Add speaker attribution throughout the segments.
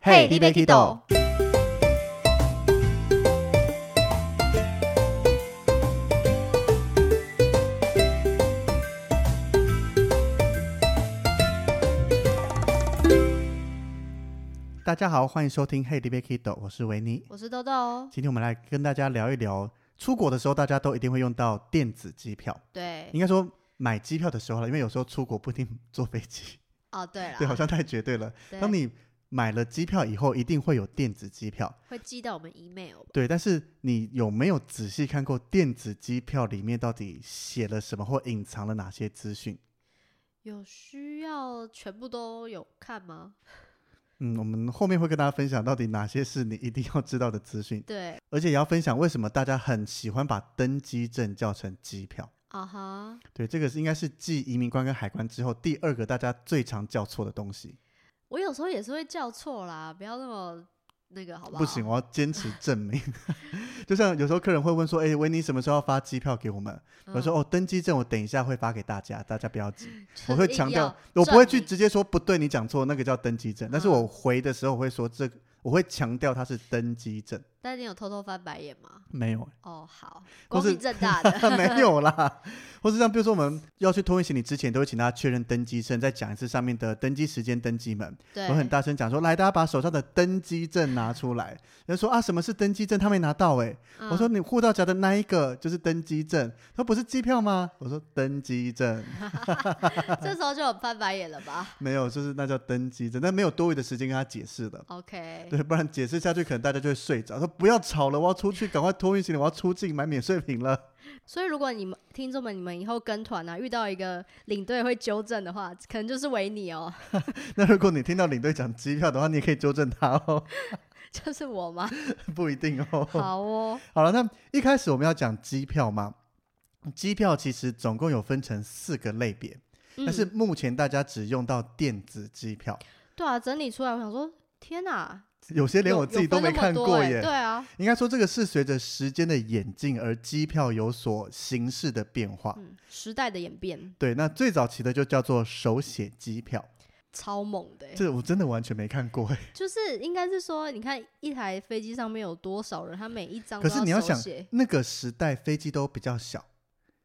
Speaker 1: 嘿你要去倒
Speaker 2: 大家好，欢迎收听 Hey, d b Kido，我是维尼。
Speaker 1: 我是豆豆哦。
Speaker 2: 今天我们来跟大家聊一聊，出国的时候大家都一定会用到电子机票，
Speaker 1: 对
Speaker 2: 应，该说买机票的时候了，因为有时候出国不一定坐飞机，
Speaker 1: 哦 对了，
Speaker 2: 对，好像太绝对了。
Speaker 1: 对
Speaker 2: 当你买了机票以后，一定会有电子机票，
Speaker 1: 会寄到我们 email 吧。
Speaker 2: 对，但是你有没有仔细看过电子机票里面到底写了什么或隐藏了哪些资讯？
Speaker 1: 有需要全部都有看吗？
Speaker 2: 嗯，我们后面会跟大家分享到底哪些是你一定要知道的资讯，
Speaker 1: 对，
Speaker 2: 而且也要分享为什么大家很喜欢把登机证叫成机票。
Speaker 1: 啊哈，
Speaker 2: 对，这个是应该是继移民官跟海关之后第二个大家最常叫错的东西。
Speaker 1: 我有时候也是会叫错啦，不要那么那个好不好？
Speaker 2: 不行，，我要坚持证明。 就像有时候客人会问说：“哎、维尼什么时候要发机票给我们？”
Speaker 1: 嗯
Speaker 2: 我说：“哦，登机证我等一下会发给大家，大家不要急。”我会强调，我不会去直接说不对，你讲错，那个叫登机证。但是
Speaker 1: 嗯
Speaker 2: 我回的时候我会说这个，我会强调它是登机证，
Speaker 1: 但你有偷偷翻白眼吗？
Speaker 2: 没有，
Speaker 1: 哦，好，
Speaker 2: 或
Speaker 1: 光
Speaker 2: 是
Speaker 1: 明正大 的，
Speaker 2: 没有啦。或是像比如说我们要去托运行李之前，都会请大家确认登机证，再讲一次上面的登机时间、登机门。
Speaker 1: 对，
Speaker 2: 我很大声讲说，来，大家把手上的登机证拿出来。人家说啊，什么是登机证？他没拿到哎、
Speaker 1: 嗯
Speaker 2: 我说你护照夹的那一个就是登机证。他说不是机票吗？我说登机证。
Speaker 1: 这时候就很翻白眼了吧
Speaker 2: 没有，就是那叫登机证，但没有多余的时间跟他解释了。
Speaker 1: ？OK，
Speaker 2: 对，不然解释下去，可能大家就会睡着。说不要吵了，我要出去，赶快托运行李，我要出境买免税品了。
Speaker 1: 所以如果你们听众们你们以后跟团啊，遇到一个领队会纠正的话，可能就是维尼哦，
Speaker 2: 那如果你听到领队讲机票的话，你也可以纠正他哦，
Speaker 1: 就是我吗？
Speaker 2: 不一定哦。
Speaker 1: 好 哦，
Speaker 2: 好了，那一开始我们要讲机票嘛，机票其实总共有分成四个类别，但是
Speaker 1: 嗯、
Speaker 2: 目前大家只用到电子机票，
Speaker 1: 对啊，整理出来，我想说，天哪，
Speaker 2: 有些连
Speaker 1: 有
Speaker 2: 我自己
Speaker 1: 有
Speaker 2: 都
Speaker 1: 分
Speaker 2: 没
Speaker 1: 那么
Speaker 2: 看
Speaker 1: 多
Speaker 2: 过
Speaker 1: 欸
Speaker 2: 耶。
Speaker 1: 对啊，
Speaker 2: 应该说，这个是随着时间的演进而机票有所形式的变化。
Speaker 1: 嗯，时代的演变
Speaker 2: 对，那最早期的就叫做手写机票，
Speaker 1: 超猛的欸、
Speaker 2: 这我真的完全没看过耶。
Speaker 1: 就是应该是说，你看一台飞机上面有多少人，他每一张
Speaker 2: 可
Speaker 1: 都
Speaker 2: 是你要
Speaker 1: 手
Speaker 2: 想
Speaker 1: 写。
Speaker 2: 那个时代飞机都比较小，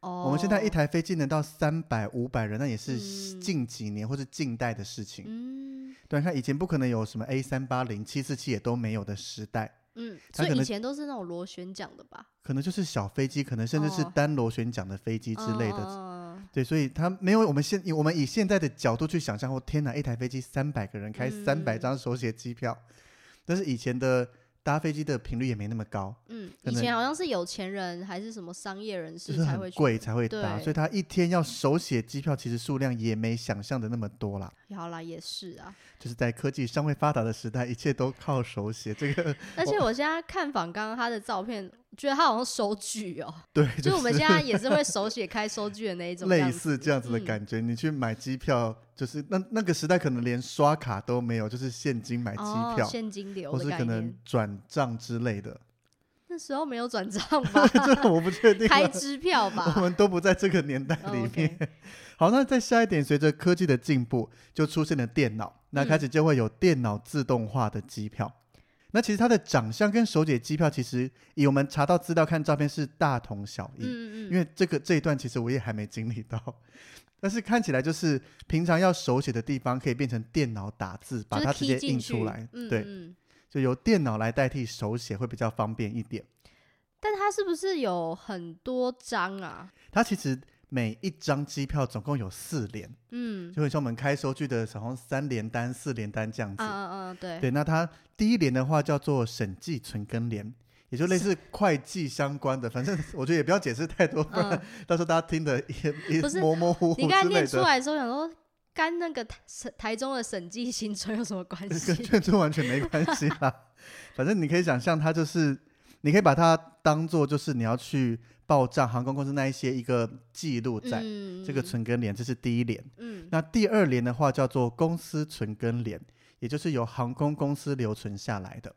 Speaker 1: 哦，
Speaker 2: 我们现在一，台飞机能到三百、五百人，那也是
Speaker 1: 嗯
Speaker 2: 近几年或是近代的事情。
Speaker 1: 嗯
Speaker 2: 对，你看以前不可能有什么 A 三八零、七四七也都没有的时代，
Speaker 1: 嗯，
Speaker 2: 它
Speaker 1: 所
Speaker 2: 可
Speaker 1: 以以
Speaker 2: 能
Speaker 1: 前都是那种螺旋桨的吧
Speaker 2: 可能就是小飞机，可能甚至是
Speaker 1: 哦
Speaker 2: 单螺旋桨的飞机之类的。
Speaker 1: 嗯嗯嗯
Speaker 2: 对，所以它没有我们现以我们以现在的角度去想象，哦，天哪，一台飞机三百个人开三百
Speaker 1: 嗯
Speaker 2: 张手写机票，但是以前的搭飞机的频率也没那么高。
Speaker 1: 嗯，
Speaker 2: 可
Speaker 1: 以
Speaker 2: 能
Speaker 1: 前好像是有钱人还是什么商业人
Speaker 2: 就
Speaker 1: 士
Speaker 2: 是
Speaker 1: 才
Speaker 2: 很
Speaker 1: 会去
Speaker 2: 贵才会搭，
Speaker 1: 对
Speaker 2: 所以他一天要手写机票，其实数量也没想象的那么多啦。
Speaker 1: 好啦，也是啊。
Speaker 2: 就是在科技尚未发达的时代，一切都靠手写。这个
Speaker 1: 而且我现在看访刚刚他的照片，觉得他好像收据哦、
Speaker 2: 对，
Speaker 1: 就是我们现在也是会手写开收据的 那一种样
Speaker 2: 类
Speaker 1: 子，
Speaker 2: 似这样子的
Speaker 1: 嗯
Speaker 2: 感觉。你去买机票，就是那那个时代可能连刷卡都没有，就是现金买机
Speaker 1: 哦
Speaker 2: 票，
Speaker 1: 现金流
Speaker 2: 或
Speaker 1: 的
Speaker 2: 是
Speaker 1: 概
Speaker 2: 可能
Speaker 1: 念。
Speaker 2: 转账之类的。
Speaker 1: 那时候没有转账吧？
Speaker 2: 这个我不确定
Speaker 1: 开
Speaker 2: 了，
Speaker 1: 支票
Speaker 2: 我
Speaker 1: 吧？
Speaker 2: 们都不在这个年代里
Speaker 1: 嗯
Speaker 2: 面。
Speaker 1: ，OK
Speaker 2: 好，那再下一点，随着科技的进步，就出现了电
Speaker 1: 嗯
Speaker 2: 脑，那开始就会有电脑自动化的机票。那其实它的长相跟手写机票，其实以我们查到资料看照片是大同小异，
Speaker 1: 嗯
Speaker 2: 因
Speaker 1: 嗯嗯，
Speaker 2: 为这个这一段其实我也还没经历到。 但是看起来就是平常要手写的地方，可以变成电脑打字，把
Speaker 1: 就是
Speaker 2: 它直
Speaker 1: key
Speaker 2: 接
Speaker 1: 进
Speaker 2: 印
Speaker 1: 去
Speaker 2: 出来。
Speaker 1: 嗯
Speaker 2: 对，
Speaker 1: 嗯。
Speaker 2: 就由电脑来代替手写会比较方便一点。
Speaker 1: 但它是不是有很多张啊？
Speaker 2: 它其实每一张机票总共有四联，
Speaker 1: 嗯，
Speaker 2: 就很像我们开收据的时候三联单、四联单这样子。
Speaker 1: 啊啊啊，对，
Speaker 2: 对，那它第一联的话叫做审计存根联，也就类似会计相关的，反正我觉得也不要解释太多，不然
Speaker 1: 嗯，
Speaker 2: 到时候大家听的也也
Speaker 1: 不是
Speaker 2: 模模糊糊
Speaker 1: 你刚才
Speaker 2: 之
Speaker 1: 念
Speaker 2: 类
Speaker 1: 出
Speaker 2: 的。
Speaker 1: 来的时候，想说跟那个台台中的审计新村有什么关
Speaker 2: 跟
Speaker 1: 系？
Speaker 2: 卷珠完全没关系啦，反正你可以想象，它就是，你可以把它当做就是你要去报账航空公司那一些一个记录在，
Speaker 1: 嗯，
Speaker 2: 这个
Speaker 1: 嗯
Speaker 2: 存根联，这是第一联。
Speaker 1: 嗯
Speaker 2: 那第二联的话叫做公司存根联，也就是由航空公司留存下来的。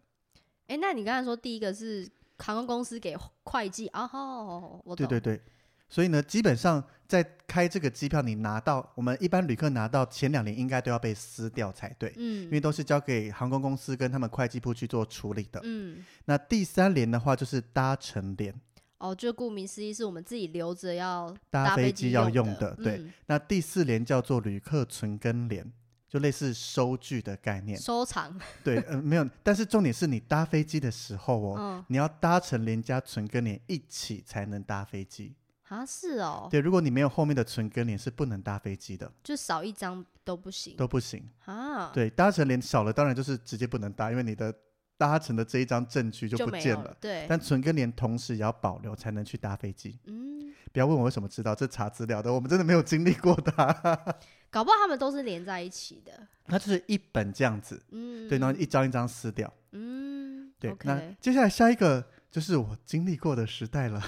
Speaker 1: 哎、那你刚才说第一个是航空公司给会计啊？哦，我
Speaker 2: 对
Speaker 1: 懂。
Speaker 2: 对对，所以呢，基本上在开这个机票，你拿到我们一般旅客拿到前两年应该都要被撕掉才对，因
Speaker 1: 嗯
Speaker 2: 为都是交给航空公司跟他们会计部去做处理的。
Speaker 1: 嗯，
Speaker 2: 那第三联的话就是搭乘联，
Speaker 1: 哦，就顾名思义是我们自己留着要
Speaker 2: 搭飞
Speaker 1: 飞
Speaker 2: 机
Speaker 1: 机
Speaker 2: 要
Speaker 1: 用
Speaker 2: 用的对
Speaker 1: 嗯
Speaker 2: 那第四联叫做旅客存根联，就类似收据的概 念。
Speaker 1: 收藏，
Speaker 2: 对，嗯、没有，但是重点是你搭飞机的时候哦，
Speaker 1: 嗯，
Speaker 2: 你要搭乘联加存根联一起才能搭飞机。
Speaker 1: 啊是哦，
Speaker 2: 对，如果你没有后面的存根联是不能搭飞机的，
Speaker 1: 就少一张都不行
Speaker 2: 都不行。
Speaker 1: 啊，，
Speaker 2: 对，搭乘联少了，当然就是直接不能搭，因为你的搭乘的这一张证据就
Speaker 1: 就
Speaker 2: 不
Speaker 1: 没
Speaker 2: 见
Speaker 1: 有
Speaker 2: 了。，
Speaker 1: 对，
Speaker 2: 但存根联同时也要保留才能去搭飞机。
Speaker 1: 嗯，
Speaker 2: 不要问我为什么知道，这查资料的，我们真的没有经历过的啊、
Speaker 1: 搞不好他们都是连在一起的，
Speaker 2: 它就是一本这样子，
Speaker 1: 嗯，
Speaker 2: 对，然后一张一张撕掉。
Speaker 1: 嗯，
Speaker 2: 对
Speaker 1: o
Speaker 2: 那
Speaker 1: k
Speaker 2: 接下来下一个就是我经历过的时代了。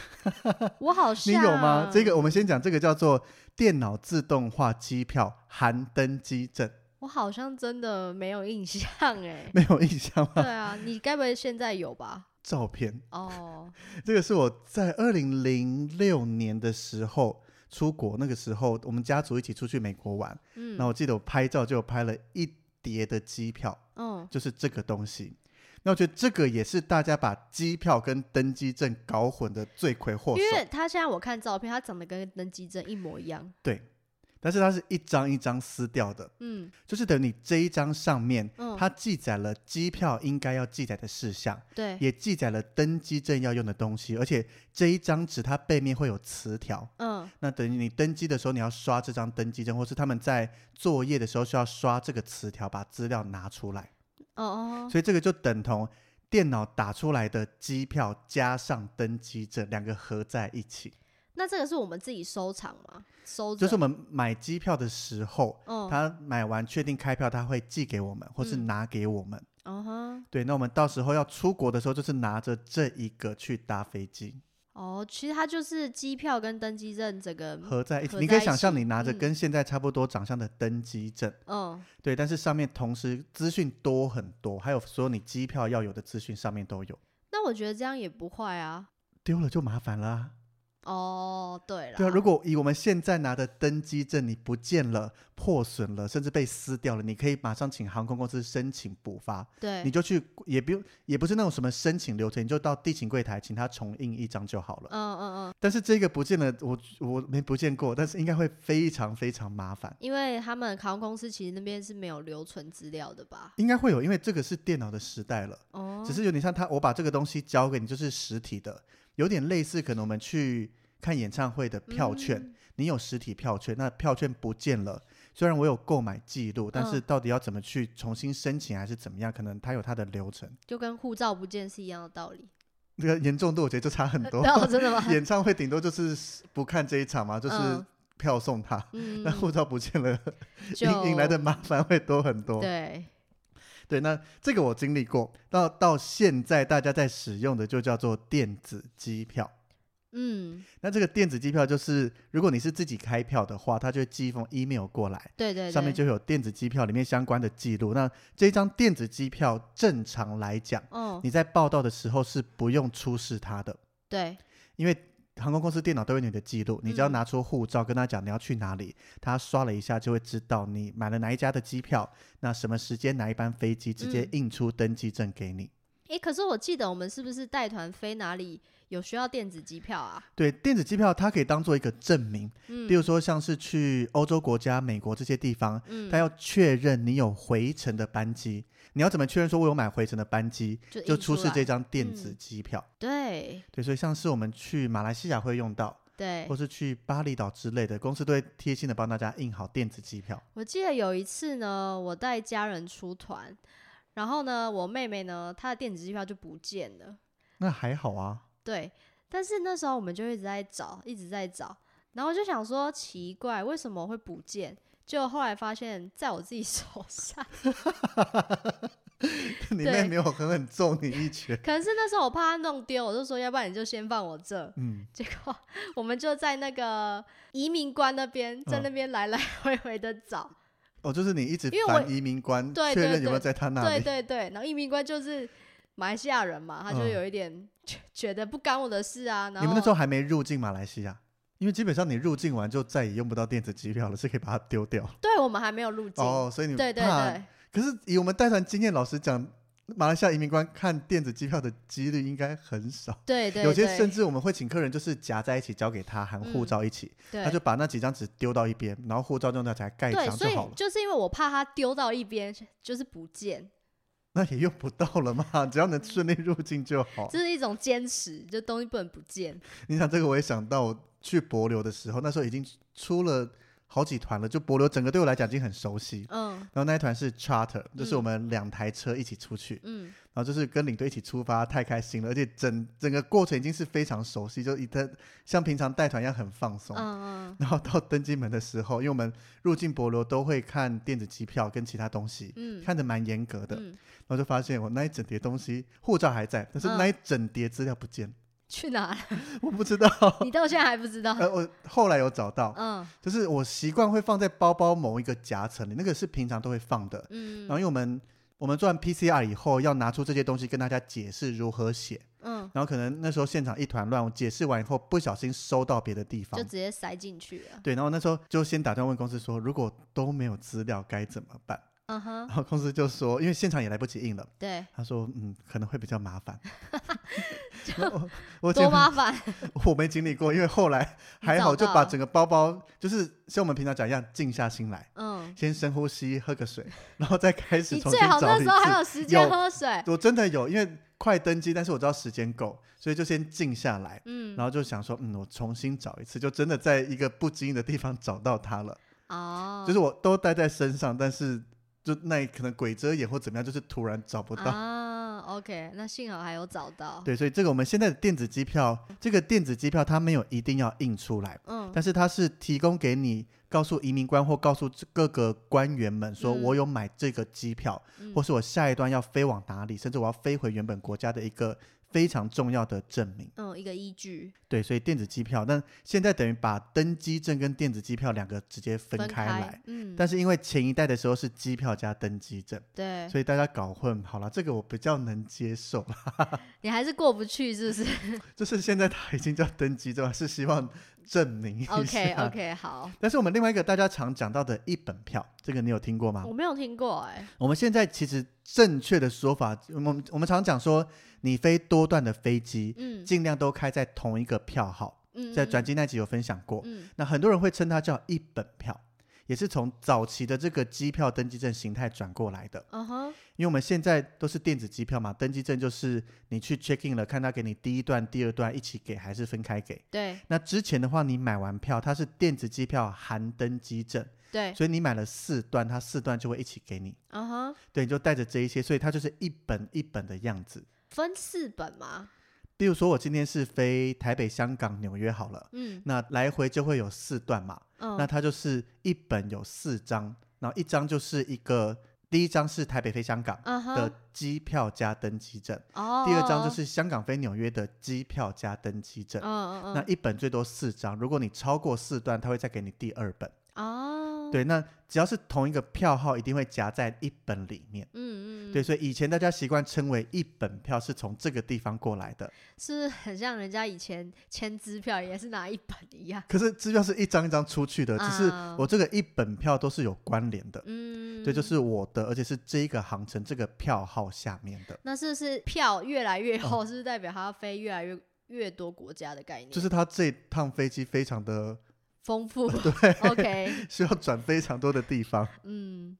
Speaker 1: 我好
Speaker 2: 你
Speaker 1: 像
Speaker 2: 有吗？这个我们先讲，这个叫做电脑自动化机票含登机证，，
Speaker 1: 我好像真的没有印象哎
Speaker 2: 没有印象吗？
Speaker 1: 对啊，你该不会现在有吧？
Speaker 2: 照片，
Speaker 1: 哦，
Speaker 2: 这个是我在二零零六年的时候出国，那个时候我们家族一起出去美国玩， 那、
Speaker 1: 嗯，
Speaker 2: 我记得我拍照就拍了一叠的机票，
Speaker 1: 嗯，
Speaker 2: 就是这个东西。那我觉得这个也是大家把机票跟登机证搞混的罪魁祸
Speaker 1: 因为
Speaker 2: 首，
Speaker 1: 他现在我看照片，他长得跟登机证一模一样，
Speaker 2: 但是它是一张一张撕掉的，
Speaker 1: 嗯
Speaker 2: 就是等于你这一张上面
Speaker 1: 嗯，
Speaker 2: 它记载了机票应该要记载的事项，
Speaker 1: 对，
Speaker 2: 也记载了登机证要用的东西，而且这一张纸它背面会有磁条，
Speaker 1: 嗯
Speaker 2: 那等于你登机的时候你要刷这张登机证，或是他们在作业的时候需要刷这个磁条，把资料拿出来，
Speaker 1: 哦哦，
Speaker 2: 所以这个就等同。电脑打出来的机票加上登机证，两个合在一起，
Speaker 1: 那这个是我们自己收藏吗？收着，
Speaker 2: 就是我们买机票的时候，
Speaker 1: 嗯，
Speaker 2: 他买完确定开票，他会寄给我们，或是
Speaker 1: 嗯
Speaker 2: 拿给我们。
Speaker 1: 哦哈，
Speaker 2: 对，那我们到时候要出国的时候，就是拿着这一个去搭飞机，
Speaker 1: 哦，其实它就是机票跟登机证整个，
Speaker 2: 合在一起。
Speaker 1: 嗯合
Speaker 2: 你可以
Speaker 1: 在一
Speaker 2: 想象，
Speaker 1: 起
Speaker 2: 你拿着
Speaker 1: 嗯
Speaker 2: 跟现在差不多长相的登机证，
Speaker 1: 嗯，
Speaker 2: 对，但是上面同时资讯多很多，还有所有你机票要有的资讯上面都有，
Speaker 1: 那我觉得这样也不坏啊。
Speaker 2: 丢了就麻烦啦、
Speaker 1: 哦，对了，
Speaker 2: 对啊，如果以我们现在拿的登机证，你不见了、破损了，甚至被撕掉了，你可以马上请航空公司申请补发，
Speaker 1: 对
Speaker 2: 你，就去，也不用，也不是那种什么申请流程，你就到地勤柜台请他重印一张就好了。
Speaker 1: 嗯嗯嗯，
Speaker 2: 但是这个不见了，我我没不见过，但是应该会非常非常麻烦，
Speaker 1: 因为他们航空公司其实那边是没有留存资料的吧？
Speaker 2: 应该会有，因为这个是电脑的时代了，
Speaker 1: 哦，
Speaker 2: 只是有点像他，我把这个东西交给你，就是实体的，有点类似可能我们去看演唱会的票券，
Speaker 1: 嗯
Speaker 2: 你有实体票券，那票券不见了，虽然我有购买记录，但
Speaker 1: 嗯
Speaker 2: 是到底要怎么去重新申请还是怎么样，可能它有它的流程，
Speaker 1: 就跟护照不见是一样的道理。
Speaker 2: 这个严重度我觉得就差 很多。
Speaker 1: 哦，真的吗？
Speaker 2: 演唱会顶多就是不看这一场嘛，就是
Speaker 1: 嗯
Speaker 2: 票送他。
Speaker 1: 嗯
Speaker 2: 那，护照不见 了，
Speaker 1: 就
Speaker 2: 引引来的麻烦会多很多。
Speaker 1: 对，
Speaker 2: 对那这个我经历过，到到现在大家在使用的就叫做电子机票。
Speaker 1: 嗯，
Speaker 2: 那这个电子机票就是，如果你是自己开票的话，它就会寄一封 email 过来，
Speaker 1: 对对对，
Speaker 2: 上面就会有电子机票里面相关的记录。那这张电子机票正常来讲，
Speaker 1: 哦，
Speaker 2: 你在报到的时候是不用出示它的，
Speaker 1: 对，
Speaker 2: 因为航空公司电脑都有你的记录，你只要
Speaker 1: 嗯
Speaker 2: 拿出护照跟他讲你要去哪里，他刷了一下就会知道你买了哪一家的机票，那什么时间哪一班飞机，直接
Speaker 1: 嗯
Speaker 2: 印出登机证给你。
Speaker 1: 诶，可是我记得我们是不是带团飞哪里有需要电子机票啊？
Speaker 2: 对，电子机票它可以当做一个证明，
Speaker 1: 嗯
Speaker 2: 比如说像是去欧洲国家、美国这些地方，
Speaker 1: 嗯
Speaker 2: 它，要确认你有回程的班机。你要怎么确认说我有买回程的班机？
Speaker 1: 就
Speaker 2: 就
Speaker 1: 印
Speaker 2: 出示
Speaker 1: 来
Speaker 2: 这，张电子
Speaker 1: 嗯
Speaker 2: 机票。
Speaker 1: 对
Speaker 2: 对，所以像是我们去马来西亚会用到，
Speaker 1: 对
Speaker 2: 或，是去巴厘岛之类的，公司都会贴心的帮大家印好电子机票。
Speaker 1: 我记得有一次呢，我带家人出团，然后呢，我妹妹呢，她的电子机票就不见了。
Speaker 2: 那还好啊，
Speaker 1: 对，但是那时候我们就一直在找，一直在找，然后我就想说奇怪，为什么会不见？就后来发现，在我自己手上，
Speaker 2: 你
Speaker 1: 对
Speaker 2: 妹没有狠狠揍你一拳。
Speaker 1: 可能是那时候我怕她弄丢，我就说要不然你就先放我这。
Speaker 2: 嗯，
Speaker 1: 结果我们就在那个移民官那边，在
Speaker 2: 嗯
Speaker 1: 那边来来回回的找，
Speaker 2: 哦，就是你一直
Speaker 1: 因为我
Speaker 2: 烦移民官
Speaker 1: 对
Speaker 2: 确
Speaker 1: 对
Speaker 2: 认有没有
Speaker 1: 对
Speaker 2: 在他那
Speaker 1: 对
Speaker 2: 里。
Speaker 1: 对对，然后移民官就是马来西亚人嘛，他就
Speaker 2: 嗯
Speaker 1: 有一点觉觉得不干我的事啊。然后
Speaker 2: 你们那时候还没入境马来西亚，因为基本上你入境完就再也用不到电子机票了，是可以把它丢掉。
Speaker 1: 对我们还没有入境，
Speaker 2: 哦，所以你
Speaker 1: 对对
Speaker 2: 怕
Speaker 1: 对，
Speaker 2: 可是以我们带团经验，老实讲，马来西亚移民官看电子机票的几率应该很少。
Speaker 1: 对对，
Speaker 2: 有些
Speaker 1: 对
Speaker 2: 甚至我们会请客人就是夹在一起交给他，含护
Speaker 1: 嗯
Speaker 2: 照一起，
Speaker 1: 对
Speaker 2: 他就把那几张纸丢到一边，然后护照用那才盖
Speaker 1: 对，
Speaker 2: 章
Speaker 1: 所
Speaker 2: 就
Speaker 1: 以
Speaker 2: 好了。
Speaker 1: 就是因为我怕他丢到一边就是不见，
Speaker 2: 那也用不到了嘛，只要能顺利入境就好。
Speaker 1: 这是一种坚持，就东西不能不见。
Speaker 2: 你想这个，我也想到我去博流的时候，那时候已经出了好几团了，就博流整个对我来讲已经很熟悉。
Speaker 1: 嗯
Speaker 2: 然后那一团是 charter，就是
Speaker 1: 嗯
Speaker 2: 我们两台车一起出去，
Speaker 1: 嗯，
Speaker 2: 然后就是跟领队一起出发，太开心了，而且整整个过程已经是非常熟悉，就一个像平常带团一样很放松。
Speaker 1: 嗯嗯
Speaker 2: 然后到登机门的时候，因为我们入境博罗都会看电子机票跟其他东西，
Speaker 1: 嗯
Speaker 2: 看得蛮严格的。
Speaker 1: 嗯，
Speaker 2: 然后就发现我那一整叠东西，护照还在，但是
Speaker 1: 嗯
Speaker 2: 那一整叠资料不见了，
Speaker 1: 去 哪了？
Speaker 2: 我不知 道。
Speaker 1: 你到现在还不知道？
Speaker 2: 呃，我后来有找到，
Speaker 1: 嗯
Speaker 2: 就是我习惯会放在包包某一个夹层里，那个是平常都会放的。然后因
Speaker 1: 嗯
Speaker 2: 为我们我们做完 PCR 以后，要拿出这些东西跟大家解释如何写。
Speaker 1: 嗯，
Speaker 2: 然后可能那时候现场一团乱，我解释完以后不小心收到别的地方
Speaker 1: 就，直接塞进去了。
Speaker 2: 对，然后那时候就先打电话问公司说，如果都没有资料该怎么 办？
Speaker 1: 嗯哼
Speaker 2: 然，后公司就说，因为现场也来不及印了，
Speaker 1: 对，
Speaker 2: 他说，嗯，可能会比较麻 烦。然后我我
Speaker 1: 多
Speaker 2: 经
Speaker 1: 麻烦。
Speaker 2: 我没经历过，因为后来还好，
Speaker 1: 你
Speaker 2: 就
Speaker 1: 找到
Speaker 2: 把整个包包，就是像我们平常讲一样，静下心来，
Speaker 1: 嗯，
Speaker 2: 先深呼吸，喝个水，然后再开始
Speaker 1: 你
Speaker 2: 重
Speaker 1: 最
Speaker 2: 新
Speaker 1: 好
Speaker 2: 找
Speaker 1: 那
Speaker 2: 一
Speaker 1: 时候还
Speaker 2: 次。
Speaker 1: 有时间
Speaker 2: 有
Speaker 1: 喝水。
Speaker 2: 我真的有，因为快登机，但是我知道时间够，所以就先静下来。
Speaker 1: 嗯，
Speaker 2: 然后就想说，嗯，我重新找一次，就真的在一个不经意的地方找到它了。
Speaker 1: 哦，
Speaker 2: 就是我都带在身上，但是就那可能鬼遮眼或怎么样，就是突然找不到。
Speaker 1: 啊，OK，那幸好还有找到。
Speaker 2: 对，所以这个我们现在的电子机票，这个电子机票它没有一定要印出来，
Speaker 1: 嗯
Speaker 2: 但是它是提供给你，告诉移民官或告诉各个官员们，说
Speaker 1: 嗯
Speaker 2: 我有买这个机票，
Speaker 1: 嗯
Speaker 2: 或是我下一段要飞往哪里，甚至我要飞回原本国家的一个非常重要的证明。
Speaker 1: 嗯，一个依据
Speaker 2: 对，所以电子机票，但现在等于把登机证跟电子机票两个直接分开来。
Speaker 1: 开。嗯，
Speaker 2: 但是因为前一代的时候是机票加登机证，
Speaker 1: 对，
Speaker 2: 所以大家搞混好了，这个我比较能接受了。
Speaker 1: 你还是过不去，是不是
Speaker 2: 就是现在它已经叫登机证了，是希望证明一下。
Speaker 1: ？OK OK，好，
Speaker 2: 但是我们另外一个大家常讲到的一本票，这个你有听过吗
Speaker 1: 我？没有听过哎、
Speaker 2: 我们现在其实正确的说法，我们我们常讲说，你飞多段的飞机，
Speaker 1: 嗯
Speaker 2: 尽量都开在同一个票号，
Speaker 1: 嗯，
Speaker 2: 在转机那集有分享过。
Speaker 1: 嗯，嗯，
Speaker 2: 那很多人会称它叫一本票，也是从早期的这个机票登记证形态转过来的。
Speaker 1: 嗯哼，
Speaker 2: 因为我们现在都是电子机票嘛，登记证就是你去 check in 了，看他给你第一段、第二段一起给还是分开给。
Speaker 1: 对
Speaker 2: 那之前的话，你买完票，它是电子机票含登机证，
Speaker 1: 对，
Speaker 2: 所以你买了四段，它四段就会一起给你。
Speaker 1: 嗯哼，
Speaker 2: 对，你就带着这一些，所以它就是一本一本的样子。
Speaker 1: 分四本嘛，
Speaker 2: 比如说我今天是飞台北、香港、纽约好了，
Speaker 1: 嗯
Speaker 2: 那来回就会有四段嘛，那
Speaker 1: 嗯
Speaker 2: 它就是一本有四张，然后一张就是一个，第一张是台北飞香港
Speaker 1: 嗯
Speaker 2: 的
Speaker 1: 哼，
Speaker 2: 机票加登机证，
Speaker 1: 哦，
Speaker 2: 第二张就
Speaker 1: 哦，
Speaker 2: 是香港飞纽约的机票加登机证。
Speaker 1: 嗯嗯
Speaker 2: 那一本最多四张，如果你超过四段，它会再给你第二本。
Speaker 1: 嗯，哦，，
Speaker 2: 对，那只要是同一个票号，一定会夹在一本里面。
Speaker 1: 嗯嗯，
Speaker 2: 对，，所以以前大家习惯称为一本票，是从这个地方过来的。
Speaker 1: 是不是很像人家以前签支票也是拿一本一样，
Speaker 2: 可是支票是一张一张出去的，只是
Speaker 1: 啊
Speaker 2: 我这个一本票都是有关联的。
Speaker 1: 嗯，
Speaker 2: 对，就。是我的，而且是这一个航程这个票号下面的，
Speaker 1: 那是不是票越来越
Speaker 2: 哦
Speaker 1: 厚，是不是代表它要飞越来越越多国家的概念？
Speaker 2: 就是哦它这趟飞机非常的
Speaker 1: 丰富。对，OK，
Speaker 2: 需要转非常多的地方。
Speaker 1: 嗯，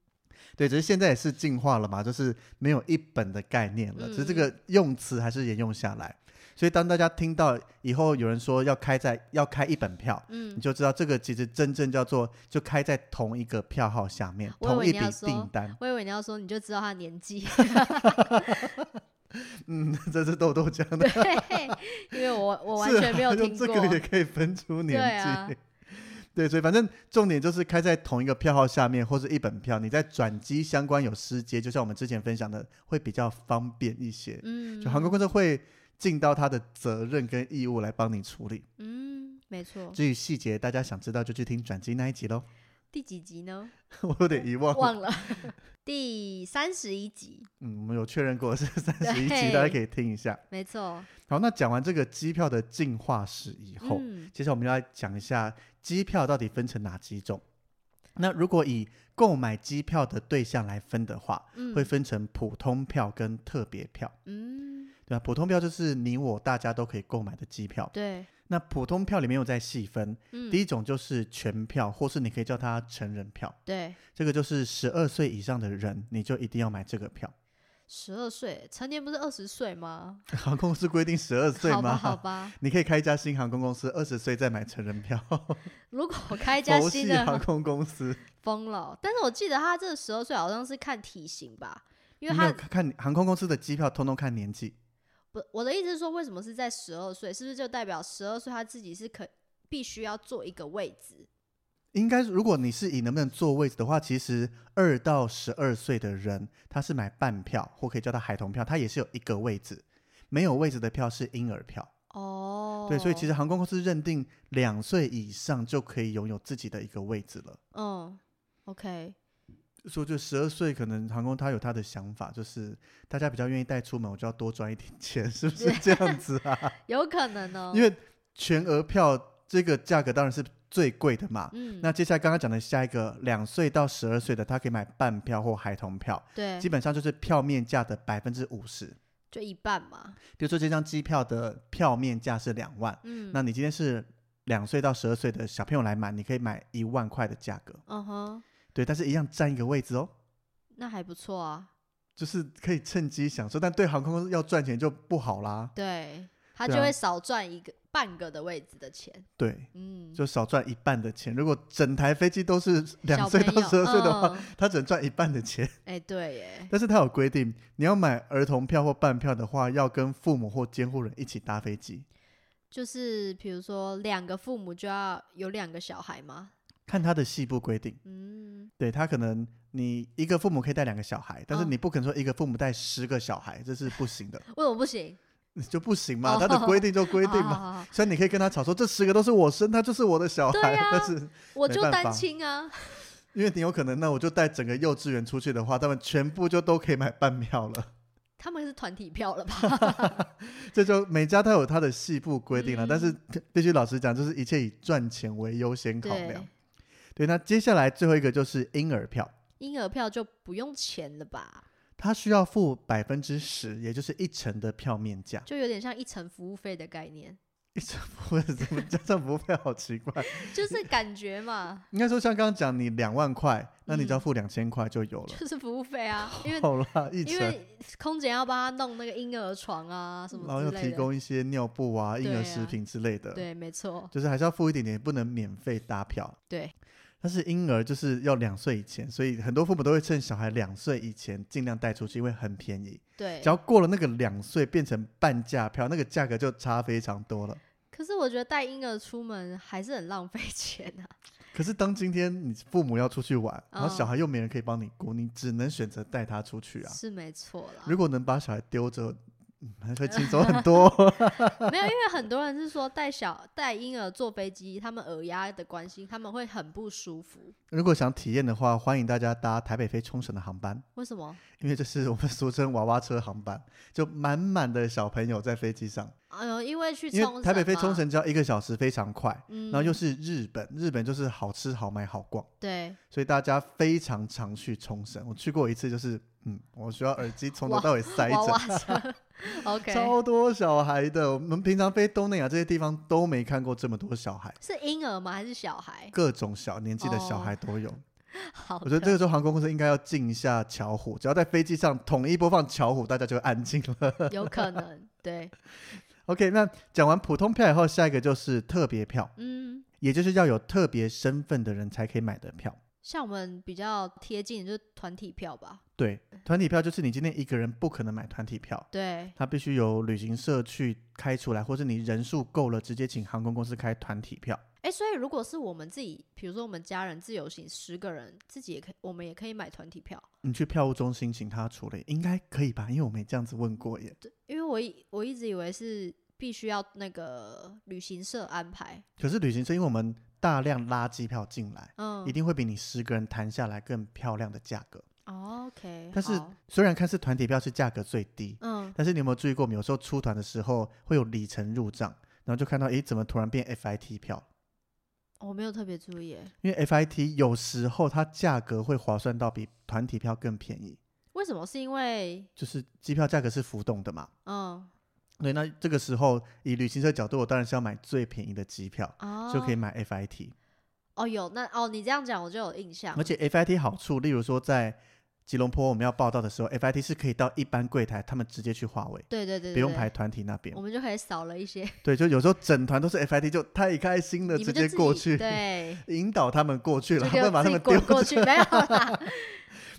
Speaker 2: 对，只是现在也是进化了嘛，就是没有一本的概念了，
Speaker 1: 嗯
Speaker 2: 只是这个用词还是沿用下来。所以当大家听到以后有人说要开在要开一本票，你
Speaker 1: 嗯，
Speaker 2: 就知道这个其实真正叫做就开在同一个票号下面，
Speaker 1: 我以为
Speaker 2: 同一
Speaker 1: 你
Speaker 2: 笔
Speaker 1: 要说
Speaker 2: 订单。
Speaker 1: 我以为你要说你就知道他年纪，
Speaker 2: 嗯， 这是豆豆讲的，
Speaker 1: 对，因为我我完
Speaker 2: 是
Speaker 1: 全没 有
Speaker 2: 啊就
Speaker 1: 听
Speaker 2: 这
Speaker 1: 过。
Speaker 2: 个也可以分出年
Speaker 1: 对
Speaker 2: 纪。
Speaker 1: 啊
Speaker 2: 对，所以反正重点就是开在同一个票号下面，或是一本票，你在转机相关有失接，就像我们之前分享的，会比较方便一些。
Speaker 1: 嗯，
Speaker 2: 就航空公司会尽到他的责任跟义务来帮你处理。
Speaker 1: 嗯，没错。
Speaker 2: 至于细节，大家想知道就去听转机那一集喽。
Speaker 1: 第几集呢？
Speaker 2: 我有点遗忘。
Speaker 1: 忘了，第三十一集，
Speaker 2: 嗯，我们有确认过是三十一集，
Speaker 1: 对
Speaker 2: 大家可以听一下。
Speaker 1: 没错。
Speaker 2: 好，那讲完这个机票的进化史以后，
Speaker 1: 嗯，
Speaker 2: 接下来我们要来讲一下机票到底分成哪几种。那如果以购买机票的对象来分的话，
Speaker 1: 嗯
Speaker 2: 会分成普通票跟特别票，
Speaker 1: 嗯，
Speaker 2: 对吧？普通票就是你我大家都可以购买的机票。
Speaker 1: 对，
Speaker 2: 那普通票里面有在细分，
Speaker 1: 嗯，
Speaker 2: 第一种就是全票，或是你可以叫它成人票，
Speaker 1: 对，
Speaker 2: 这个就是十二岁以上的人你就一定要买这个票。
Speaker 1: 十二岁，成年不是二十岁吗？
Speaker 2: 航空公司规定十二岁
Speaker 1: 好吧，
Speaker 2: 吗？
Speaker 1: 好吧。
Speaker 2: 你可以开一家新航空公司，二十岁再买成人票。
Speaker 1: 如果我开一家
Speaker 2: 佛
Speaker 1: 新
Speaker 2: 系航
Speaker 1: 的，
Speaker 2: 空公司，
Speaker 1: 疯了。哦但是我记得他这十二岁好像是看体型吧，因为
Speaker 2: 没
Speaker 1: 他
Speaker 2: 有看看航空公司的机票，通通看年纪。
Speaker 1: 不，我的意思是说，为什么是在十二岁？是不是就代表十二岁他自己是可必须要坐一个位置？
Speaker 2: 应该，如果你是以能不能坐位置的话，其实二到十二岁的人，他是买半票，或可以叫他孩童票，他也是有一个位置。没有位置的票是婴儿票，
Speaker 1: 哦，
Speaker 2: 对，所以其
Speaker 1: 实，
Speaker 2: 实航空公司认定两岁以上就可以拥有自己的一个位置了。
Speaker 1: 嗯，OK，
Speaker 2: 所以就十二岁，可能航空他有他的想法，就是大家比较愿意带出门，我就要多赚一点钱，是不是这样子啊？
Speaker 1: 有可能哦，
Speaker 2: 因为全额票这个价格当然是最贵的嘛。
Speaker 1: 嗯，
Speaker 2: 那接下来刚刚讲的下一个两岁到十二岁的，他可以买半票或孩童票，
Speaker 1: 对
Speaker 2: 基，本上就是票面价的百分之五十。
Speaker 1: 就一半嘛，
Speaker 2: 比如说这张机票的票面价是两万，
Speaker 1: 嗯，
Speaker 2: 那你今天是两岁到十二岁的小朋友来买，你可以买一万块的价格，
Speaker 1: 嗯哼，
Speaker 2: 对，但是一样占一个位置哦，
Speaker 1: 那还不错啊，
Speaker 2: 就是可以趁机享受。但对航空公司要赚钱就不好啦，
Speaker 1: 对，他
Speaker 2: 对
Speaker 1: 就
Speaker 2: 啊
Speaker 1: 会少赚一个半个的位置的钱，
Speaker 2: 对，
Speaker 1: 嗯，
Speaker 2: 就少赚一半的钱。如果整台飞机都是两
Speaker 1: 小
Speaker 2: 岁
Speaker 1: 朋
Speaker 2: 到
Speaker 1: 友
Speaker 2: 十二岁的话，
Speaker 1: 嗯
Speaker 2: 他只能赚一半的钱。
Speaker 1: 哎、对耶，
Speaker 2: 但是它有规定，你要买儿童票或半票的话，要跟父母或监护人一起搭飞机。
Speaker 1: 就是比如说两个父母就要有两个小孩嘛，
Speaker 2: 看他的细部规定，
Speaker 1: 嗯，
Speaker 2: 对他可能你一个父母可以带两个小孩，但是
Speaker 1: 嗯
Speaker 2: 你不可能说一个父母带十个小孩，这是不行 的，
Speaker 1: 为什么不行？
Speaker 2: 就不行嘛。
Speaker 1: 哦
Speaker 2: 他的规定就规定嘛。
Speaker 1: 好好好好
Speaker 2: 虽然你可以跟他吵说这十个都是我生，他就是我的小孩，
Speaker 1: 对啊
Speaker 2: 但是
Speaker 1: 我
Speaker 2: 没
Speaker 1: 就
Speaker 2: 办法
Speaker 1: 单亲啊，
Speaker 2: 因为你有可能，那我就带整个幼稚园出去的话，他们全部就都可以买半票了。
Speaker 1: 他们是团体票了吧？
Speaker 2: 这就每家都有他的细部规定了，
Speaker 1: 嗯
Speaker 2: 但是必须老实讲，就是一切以赚钱为优先考量对，
Speaker 1: 对。，
Speaker 2: 那接下来最后一个就是婴儿票，
Speaker 1: 婴儿票就不用钱了吧？
Speaker 2: 它需要付百分之十，也就是一成的票面价。
Speaker 1: 就有点像一层服务费的概念，
Speaker 2: 一成不会怎么加上服务费，好奇怪。
Speaker 1: 就是感觉 嘛，
Speaker 2: 应该说像刚刚讲，你两万块，那你只要
Speaker 1: 嗯
Speaker 2: 付两千块就有了。
Speaker 1: 就是服务费啊，因为
Speaker 2: 好啦，一
Speaker 1: 因
Speaker 2: 成，
Speaker 1: 为空姐要帮他弄那个婴儿床啊什
Speaker 2: 然后
Speaker 1: 么
Speaker 2: 又
Speaker 1: 之类
Speaker 2: 提
Speaker 1: 的，
Speaker 2: 供一些尿布啊、婴儿
Speaker 1: 对
Speaker 2: 食
Speaker 1: 啊
Speaker 2: 品之类的，
Speaker 1: 对，没错，
Speaker 2: 就是还是要付一点点，不能免费搭票。
Speaker 1: 对，
Speaker 2: 但是婴儿就是要两岁以前，所以很多父母都会趁小孩两岁以前尽量带出去，因为很便宜。
Speaker 1: 对
Speaker 2: 只。要过了那个两岁，变成半价票，那个价格就差非常多了。
Speaker 1: 可是我觉得带婴儿出门还是很浪费钱啊，
Speaker 2: 可是当今天你父母要出去玩，然后
Speaker 1: 嗯
Speaker 2: 小孩又没人可以帮你顾，你只能选择带他出去啊。
Speaker 1: 是没错啦。
Speaker 2: 如果能把小孩丢着，嗯，还会轻松很 多。
Speaker 1: 没有，因为很多人是说带小带婴儿坐飞机，他们耳压的关系，他们会很不舒服。
Speaker 2: 如果想体验的话，欢迎大家搭台北飞冲绳的航班，
Speaker 1: 为什么？
Speaker 2: 因为这是我们俗称娃娃车航班， 就满满的小朋友在飞机上。
Speaker 1: 哎呦，因为去
Speaker 2: 因
Speaker 1: 冲
Speaker 2: 为台北飞
Speaker 1: 嘛
Speaker 2: 冲，绳只要一个小时，非常快。
Speaker 1: 嗯，
Speaker 2: 然后又是日本，日本就是好吃好买好逛，
Speaker 1: 对，
Speaker 2: 所以大家非常常去冲绳。我去过一次，就是嗯，我需要耳机从头
Speaker 1: 哇
Speaker 2: 到尾塞
Speaker 1: 娃
Speaker 2: 着
Speaker 1: 娃，车 ，OK，
Speaker 2: 超多小孩的。我们平常飞东南亚这些地方都没看过这么多小孩，
Speaker 1: 是婴儿吗？还是小 孩？
Speaker 2: 各种小年纪的小
Speaker 1: 哦
Speaker 2: 孩都有。
Speaker 1: 好的，
Speaker 2: 我觉得这个时候航空公司应该要进一下巧虎，只要在飞机上统一播放巧虎，大家就会安静了。
Speaker 1: 有可能，对，
Speaker 2: OK，那讲完普通票以后，下一个就是特别票，
Speaker 1: 嗯，
Speaker 2: 也就是要有特别身份的人才可以买的票。
Speaker 1: 像我们比较贴近的就是团体票吧，
Speaker 2: 对，团体票就是你今天一个人不可能买团体票，
Speaker 1: 对，
Speaker 2: 它必须由旅行社去开出来，或是你人数够了，直接请航空公司开团体票。
Speaker 1: 哎，所以如果是我们自己，比如说我们家人自由行十个人，自己也可以，我们也可以买团体票，
Speaker 2: 你去票务中心请他处理，应该可以吧？因为我没这样子问过耶。
Speaker 1: 对，因为我一我一直以为是必须要那个旅行社安排，
Speaker 2: 可是旅行社，因为我们大量拉机票进来，
Speaker 1: 嗯
Speaker 2: 一定会比你十个人谈下来更漂亮的价格。
Speaker 1: 哦，OK，
Speaker 2: 但是
Speaker 1: 好
Speaker 2: 虽然看似团体票是价格最低，
Speaker 1: 嗯，
Speaker 2: 但是你有没有注意过，我们有时候出团的时候会有里程入账，然后就看到诶，怎么突然变 FIT 票？
Speaker 1: 我没有特别注意耶，
Speaker 2: 因为 FIT 有时候它价格会划算到比团体票更便宜，
Speaker 1: 为什么？是因为
Speaker 2: 就是机票价格是浮动的嘛。
Speaker 1: 嗯，
Speaker 2: 对，那这个时候以旅行社角度，我当然是要买最便宜的机票，
Speaker 1: 哦，
Speaker 2: 就可以买 FIT。
Speaker 1: 哦，有那哦，你这样讲我就有印象
Speaker 2: 而，且 FIT 好处，例如说在吉隆坡我们要报到的时候，FIT 是可以到一般柜台，他们直接去划位，
Speaker 1: 对对对，
Speaker 2: 不用
Speaker 1: 对
Speaker 2: 排，团体那边
Speaker 1: 我。们就可以少了一些，
Speaker 2: 对，就有时候整团都是 FIT，就太开心了，
Speaker 1: 你
Speaker 2: 直
Speaker 1: 们就
Speaker 2: 接
Speaker 1: 自
Speaker 2: 过
Speaker 1: 己
Speaker 2: 去，
Speaker 1: 对，
Speaker 2: 引导他们过去
Speaker 1: 就
Speaker 2: 了，不
Speaker 1: 给
Speaker 2: 要
Speaker 1: 我
Speaker 2: 把他
Speaker 1: 自己
Speaker 2: 们丢
Speaker 1: 滚过去，没有 啦，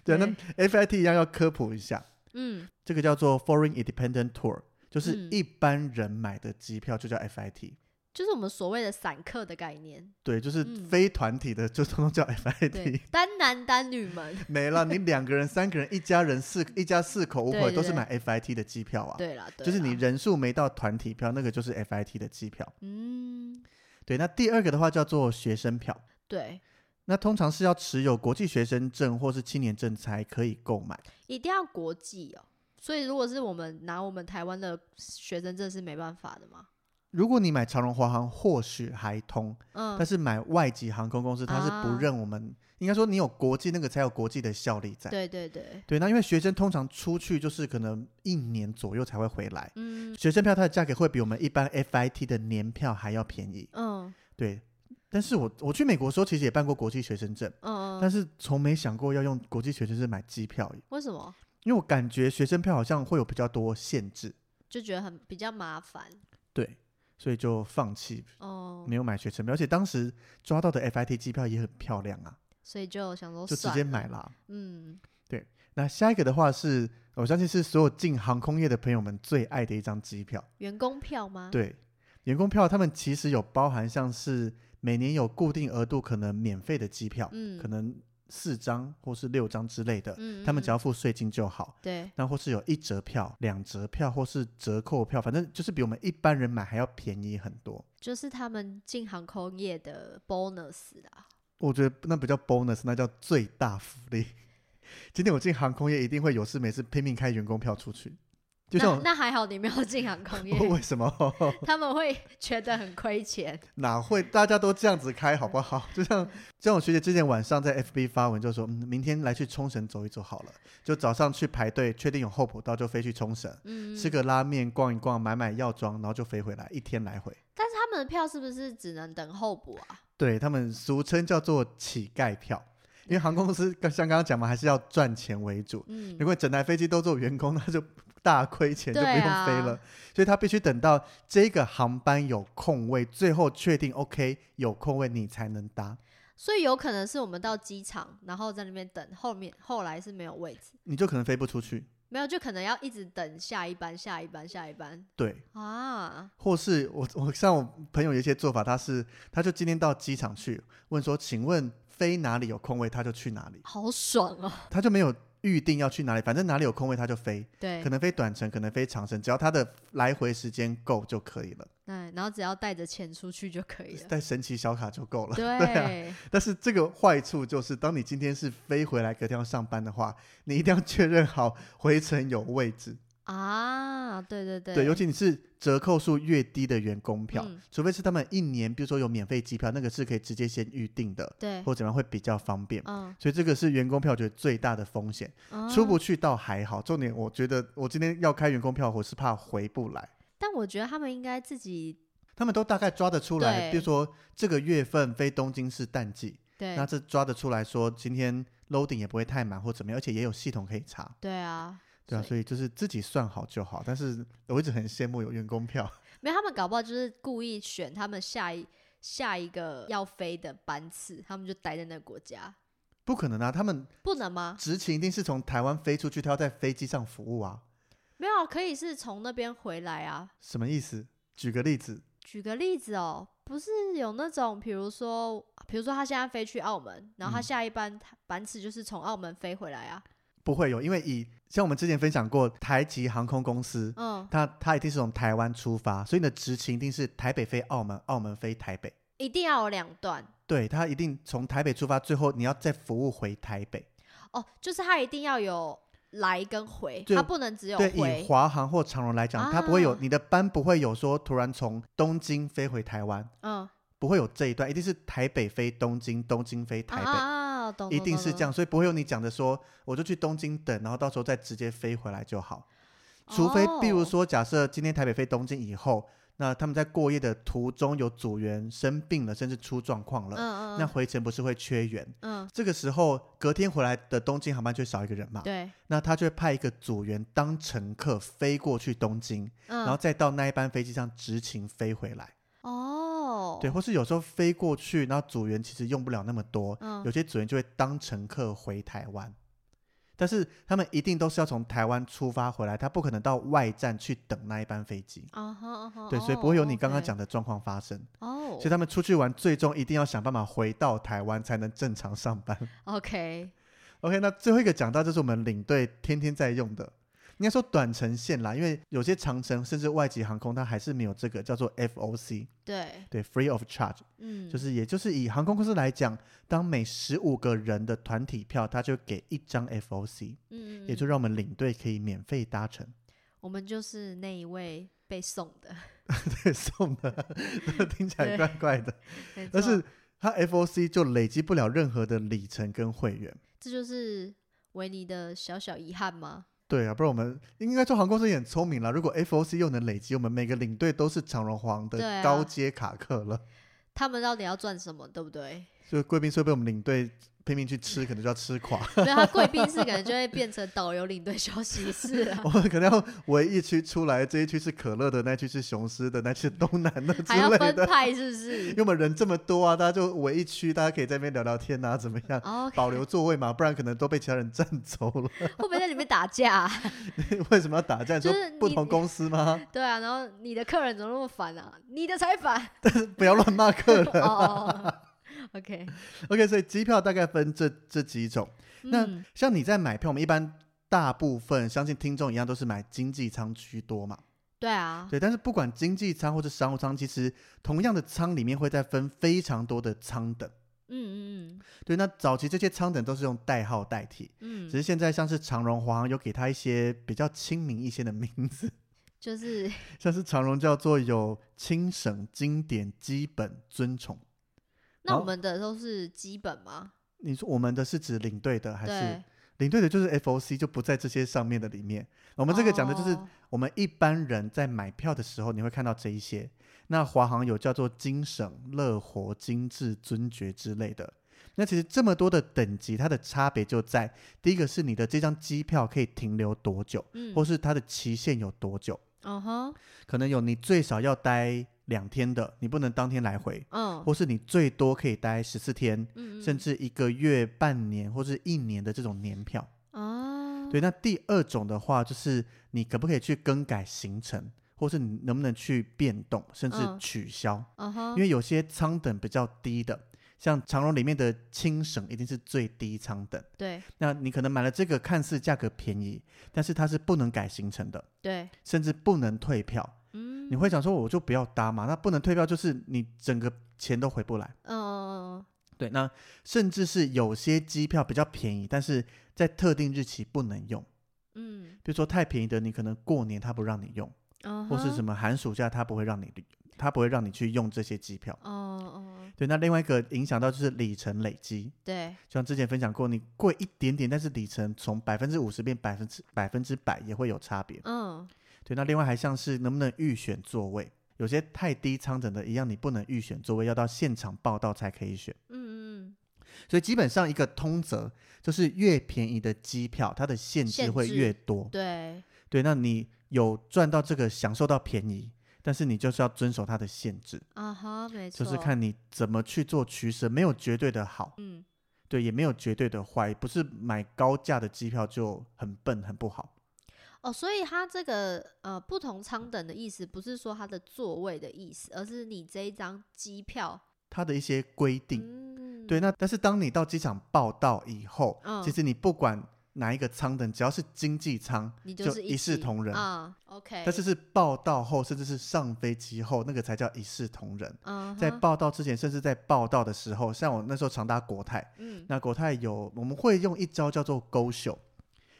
Speaker 2: 对，那
Speaker 1: 对
Speaker 2: FIT 一样要科普一下，
Speaker 1: 嗯，
Speaker 2: 这个叫做 Foreign Independent Tour，就是
Speaker 1: 嗯
Speaker 2: 一般人买的机票就叫 FIT。
Speaker 1: 就是我们所谓的散客的概 念，
Speaker 2: 对，就是
Speaker 1: 嗯
Speaker 2: 非团体的，就通通 叫 FIT
Speaker 1: 对。，单男单女们，
Speaker 2: 没了，你两个人、三个人、一家人四一家四口五口
Speaker 1: 对对
Speaker 2: 都是买 FIT 的机票啊。
Speaker 1: 对啦，对
Speaker 2: 就是你
Speaker 1: 啦，
Speaker 2: 人数没到团体票，那个就是 FIT 的机票。
Speaker 1: 嗯，
Speaker 2: 对，那第二个的话叫做学生票，
Speaker 1: 对，
Speaker 2: 那通常是要持有国际学生证或是青年证才可以购买。
Speaker 1: 一定要国际哦。所以，如果是我们拿我们台湾的学生证是没办法的嘛？
Speaker 2: 如果你买长荣、华航，或许还通，
Speaker 1: 嗯
Speaker 2: 但，是买外籍航空公司，它是不
Speaker 1: 啊
Speaker 2: 认我们。应该说，你有国际那个才有国际的效力在。
Speaker 1: 对对对，
Speaker 2: 对，那因为学生通常出去就是可能一年左右才会回来，
Speaker 1: 嗯
Speaker 2: 学生票它的价格会比我们一般 FIT 的年票还要便宜。
Speaker 1: 嗯
Speaker 2: 对，但是我我去美国的时候其实也办过国际学生证，
Speaker 1: 嗯，
Speaker 2: 但
Speaker 1: 嗯
Speaker 2: 是从没想过要用国际学生证买机票，
Speaker 1: 为什么
Speaker 2: 因为我感觉学生票好像会有比较多限制，
Speaker 1: 就觉得很比较麻烦？
Speaker 2: 对，所以就放弃
Speaker 1: 哦、
Speaker 2: 没有买学生票，而且当时抓到的 FIT 机票也很漂亮啊，
Speaker 1: 所以就想说
Speaker 2: 就直
Speaker 1: 哦算
Speaker 2: 接
Speaker 1: 了
Speaker 2: 买啦。
Speaker 1: 嗯，
Speaker 2: 那下一个的话是，我相信是所有进航空业的朋友们最爱的一张机票，
Speaker 1: 员工票吗？，
Speaker 2: 对，员工票他们其实有包含像是每年有固定额度可能免费的机票，
Speaker 1: 嗯，
Speaker 2: 可能四张或是六张之类的，
Speaker 1: 嗯，
Speaker 2: 他们只
Speaker 1: 嗯
Speaker 2: 要付税金就好。
Speaker 1: 对，
Speaker 2: 那或是有一折票、两折票，或是折扣票，反正就是比我们一般人买还要便宜很多。
Speaker 1: 就是他们进航空业的 bonus 啦。
Speaker 2: 我觉得那不叫 bonus，那叫最大福利。 今天我进航空业一定会有事没事拼命开员工票出去，就像
Speaker 1: 那
Speaker 2: 我
Speaker 1: 那还好你没有进 航空业，
Speaker 2: 为什么
Speaker 1: 他们会 觉得很亏钱。
Speaker 2: 哪会大家都这样子开好不好？就像就像我学姐之前晚上在 FB 发文就说，嗯，明天来去冲绳走一走好了，就早上去排队，确定有候补到就飞去冲绳，
Speaker 1: 嗯，
Speaker 2: 吃个拉面，逛一逛，买买药妆，然后就飞回来，一天来回。
Speaker 1: 但是他们的票是不是只能等候补啊？
Speaker 2: 对他们俗称叫做乞丐票，因为航空公司刚像刚刚讲嘛，还是要赚钱为主。
Speaker 1: 嗯
Speaker 2: 如，果整台飞机都做员工，那就大亏钱，就
Speaker 1: 对
Speaker 2: 不用
Speaker 1: 啊
Speaker 2: 飞了。所以他必须等到这个航班有空位，最后确定 OK 有空位，你才能搭。
Speaker 1: 所以有可能是我们到机场，然后在那边等，后面后来是没有位置，
Speaker 2: 你就可能飞不出去，
Speaker 1: 没有就可能要一直等下一班、下一班、下一班
Speaker 2: 对。
Speaker 1: 啊。
Speaker 2: 或是我我像我朋友有一些做法，他是他就今天到机场去问说，请问飞哪里有空位，他就去哪里，
Speaker 1: 好爽哦！
Speaker 2: 他就没有预定要去哪里，反正哪里有空位他就飞。
Speaker 1: 对
Speaker 2: 可，能飞短程，可能飞长程，只要它的来回时间够就可以了，
Speaker 1: 对，然后只要带着钱出去就可 以了。
Speaker 2: 带神奇小卡就够了。
Speaker 1: 对，
Speaker 2: 但是这个坏处就是，当你今天是飞回来隔天要上班的话，你一定要确认好回程有位置。
Speaker 1: 啊，对对对，
Speaker 2: 对，尤其你是折扣数越低的员工票，
Speaker 1: 嗯
Speaker 2: 除非是他们一年，比如说有免费机票，那个是可以直接先预定的，
Speaker 1: 对，
Speaker 2: 或怎么样会比较方便。
Speaker 1: 嗯，
Speaker 2: 所以这个是员工票，我觉得最大的风险。
Speaker 1: 嗯
Speaker 2: 出不去倒还好，重点我觉得我今天要开员工票，我是怕回不来。
Speaker 1: 但我觉得他们应该自己
Speaker 2: 他们都大概抓得出来，
Speaker 1: 对
Speaker 2: 比如说这个月份飞东京是淡季，
Speaker 1: 对
Speaker 2: 那这抓得出来说今天 loading 也不会太满或怎么样，而且也有系统可以查，
Speaker 1: 对啊，
Speaker 2: 对啊，
Speaker 1: 所
Speaker 2: 所以就是自己算好就好。但是我一直很羡慕有员工票，
Speaker 1: 以没有他们搞不好就是故意选他们下一下一个要飞的班次，他们就待在那个国家，
Speaker 2: 不可能啊，他们
Speaker 1: 不能吗？
Speaker 2: 执勤一定是从台湾飞出去，他要在飞机上服务啊，
Speaker 1: 没有啊，可以是从那边回来啊。
Speaker 2: 什么意思？举个例子，
Speaker 1: 举个例子哦，不是有那种，比如说，比如说他现在飞去澳门，然后他
Speaker 2: 嗯
Speaker 1: 下一班、班次就是从澳门飞回来啊。
Speaker 2: 不会有，因为以像我们之前分享过台籍航空公司。
Speaker 1: 嗯，
Speaker 2: 它它一定是从台湾出发，所以你的执勤一定是台北飞澳门，澳门飞台北。
Speaker 1: 一定要有两段
Speaker 2: 对他一定从台北出发，最后你要再服务回台北。
Speaker 1: 哦，就是它一定要有来跟回，
Speaker 2: 对
Speaker 1: 它不能只有
Speaker 2: 对，以
Speaker 1: 回。
Speaker 2: 华航或长荣来讲，它不会有
Speaker 1: 啊
Speaker 2: 你的班不会有说突然从东京飞回台湾，
Speaker 1: 嗯，
Speaker 2: 不会有这一段，一定是台北飞东京，东京飞台
Speaker 1: 啊
Speaker 2: 北，
Speaker 1: 啊啊，懂，
Speaker 2: 一
Speaker 1: 懂
Speaker 2: 定
Speaker 1: 懂
Speaker 2: 是
Speaker 1: 懂
Speaker 2: 这样，所以不会有你讲的说我就去东京等，然后到时候再直接飞回来就好。除非，比如
Speaker 1: 哦
Speaker 2: 说，假设今天台北飞东京以后，那他们在过夜的途中有组员生病了，甚至出状况了，
Speaker 1: 嗯嗯，
Speaker 2: 那回程不是会缺员？
Speaker 1: 嗯，
Speaker 2: 这个时候隔天回来的东京航班就会少一个人嘛，
Speaker 1: 对，
Speaker 2: 那他就会派一个组员当乘客飞过去东京，
Speaker 1: 嗯，
Speaker 2: 然后再到那一班飞机上执勤飞回来。
Speaker 1: 哦，
Speaker 2: 对，，或是有时候飞过去，然后组员其实用不了那么多，
Speaker 1: 嗯
Speaker 2: 有些组员就会当乘客回台湾，但是他们一定都是要从台湾出发回来，他不可能到外站去等那一班飞机。
Speaker 1: 啊哈啊哈，
Speaker 2: 对，所以
Speaker 1: 哦
Speaker 2: 不会有你刚刚，
Speaker 1: OK
Speaker 2: 讲的状况发生。
Speaker 1: 哦
Speaker 2: 所以他们出去玩，最终一定要想办法回到台湾，才能正常上班。
Speaker 1: ，OK，
Speaker 2: OK，那最后一个讲到，这是我们领队天天在用的，应该说短程线啦，因为有些长程甚至外籍航空它还是没有这个叫做 FOC，
Speaker 1: 对，
Speaker 2: 对，Free of Charge，
Speaker 1: 嗯，
Speaker 2: 就是也就是以航空公司来讲，当每十五个人的团体票，它就给一张 FOC，
Speaker 1: 嗯，嗯
Speaker 2: 也就
Speaker 1: 嗯
Speaker 2: 让我们领队可以免费搭乘，
Speaker 1: 我们就是那一位被送的，
Speaker 2: 对，送的，听起来
Speaker 1: 对
Speaker 2: 怪怪的，
Speaker 1: 没
Speaker 2: 但
Speaker 1: 错
Speaker 2: 是它 FOC 就累积不了任何的里程跟会员。
Speaker 1: 这就是维尼的小小遗憾吗？
Speaker 2: 对啊，不然我们应该说航空公司也很聪明啦。如果 FOC 又能累积，我们每个领队都是长荣皇
Speaker 1: 对
Speaker 2: 的
Speaker 1: 啊
Speaker 2: 高阶卡客了。
Speaker 1: 他们到底要赚什么，对不对？
Speaker 2: 所以贵宾说被我们领队拼命去吃，可能就要吃垮。，
Speaker 1: 没有，他贵宾室可能就会变成导游领队休息室啊
Speaker 2: 我们可能要围一区出来，这一区是可乐的，那一区是雄狮的，那一区是东南的之
Speaker 1: 还要
Speaker 2: 类
Speaker 1: 分
Speaker 2: 的。
Speaker 1: 派是
Speaker 2: 因
Speaker 1: 不是
Speaker 2: 为我们人这么多啊，大家就围一区，大家可以在那边聊聊天啊，怎么样？
Speaker 1: 哦？OK，
Speaker 2: 保留座位嘛，不然可能都被其他人占走了。
Speaker 1: 会不会在里面打架啊、
Speaker 2: 为什么要打架？你说
Speaker 1: 就是
Speaker 2: 不
Speaker 1: 你
Speaker 2: 同公司吗？
Speaker 1: 对啊，然后你的客人怎么那么烦啊？你的才烦
Speaker 2: 不要乱骂 客人。
Speaker 1: 哦哦。哦 OK，
Speaker 2: OK，所以机票大概分这这几种。 那
Speaker 1: 嗯
Speaker 2: 像你在买票，我们一般大部分相信听众一样都是买经济舱居多嘛，
Speaker 1: 对啊，
Speaker 2: 对。但是不管经济舱或是商务舱，其实同样的舱里面会再分非常多的舱等，
Speaker 1: 嗯嗯
Speaker 2: 对。那早期这些舱等都是用代号代替，
Speaker 1: 嗯
Speaker 2: 只
Speaker 1: 嗯，
Speaker 2: 是现在像是长荣、华航有给它一些比较亲民一些的名字，
Speaker 1: 就是
Speaker 2: 像是长荣叫做有轻省、经典、基本、尊崇。
Speaker 1: 那
Speaker 2: 好
Speaker 1: 我们的都是基本吗？
Speaker 2: 你说我们的是指领队的还是
Speaker 1: 对，
Speaker 2: 领队的？就是 FOC 就不在这些上面的里面。我们这个讲的就是
Speaker 1: 哦
Speaker 2: 我们一般人在买票的时候，你会看到这一些。那华航有叫做精省、乐活、精致、尊爵之类的。那其实这么多的等级，它的差别就在第一个是你的这张机票可以停留多久，
Speaker 1: 嗯，
Speaker 2: 或是它的期限有多久。
Speaker 1: 嗯哼，
Speaker 2: 可能有你最少要待两天的，你不能当天来回，
Speaker 1: 嗯
Speaker 2: 或是你最多可以待十四天，
Speaker 1: 嗯，
Speaker 2: 甚
Speaker 1: 嗯
Speaker 2: 至一个月、半年或是一年的这种年票。
Speaker 1: 啊，
Speaker 2: 对，那第二种的话，就是你可不可以去更改行程，或是你能不能去变动，甚至
Speaker 1: 嗯
Speaker 2: 取消？
Speaker 1: 嗯哼，
Speaker 2: 因为有些舱等比较低的，像长荣里面的轻省一定是最低舱等。
Speaker 1: 对
Speaker 2: 那你可能买了这个，看似价格便宜，但是它是不能改行程的，
Speaker 1: 对，
Speaker 2: 甚至不能退票。
Speaker 1: 嗯，
Speaker 2: 你会想说，我就不要搭嘛？那不能退票，就是你整个钱都回不来。
Speaker 1: 嗯嗯
Speaker 2: 对，那甚至是有些机票比较便宜，但是在特定日期不能用。
Speaker 1: 嗯
Speaker 2: 比如说太便宜的，你可能过年它不让你用，
Speaker 1: 嗯，
Speaker 2: 或是什
Speaker 1: 么，
Speaker 2: 么寒暑假它不会让你，它不会让你去用这些机票。
Speaker 1: 哦哦，
Speaker 2: 对，那另外一个影响到就是里程累积，
Speaker 1: 对，
Speaker 2: 像之前分享过，你贵一点点，但是里程从百分之五十变百分之百分之百也会有差别。
Speaker 1: 嗯
Speaker 2: 对，那另外还像是能不能预选座位，有些太低舱等的一样，你不能预选座位，要到现场报到才可以选。
Speaker 1: 嗯嗯
Speaker 2: 所以基本上一个通则就是越便宜的机票，它的限制
Speaker 1: 限
Speaker 2: 会
Speaker 1: 制
Speaker 2: 越多
Speaker 1: 嗯，。对，
Speaker 2: 对，那你有赚到这个，享受到便宜，但是你就是要遵守它的限制，
Speaker 1: 啊哈，没错，
Speaker 2: 就是，看你怎么去做取舍，没有绝对的好，
Speaker 1: 嗯，
Speaker 2: 对，也没有绝对的坏，不是买高价的机票就很笨很不好。
Speaker 1: 哦，所以它这个呃不同舱等的意思，不是说它的座位的意思，而是你这一张机票，
Speaker 2: 它的一些规定，
Speaker 1: 嗯，
Speaker 2: 对，那但是当你到机场报到以后，
Speaker 1: 嗯
Speaker 2: 其实你不管哪一个舱等，只要是经济舱，
Speaker 1: 你
Speaker 2: 就是一视
Speaker 1: 起
Speaker 2: 同仁。
Speaker 1: 啊、o k
Speaker 2: 但是是报到后，甚至是上飞机后，那个才叫一视同仁。
Speaker 1: 嗯
Speaker 2: 在
Speaker 1: 哼
Speaker 2: 报到之前，甚至在报到的时候，像我那时候常搭国泰，
Speaker 1: 嗯
Speaker 2: 那国泰有我们会用一招叫做勾秀，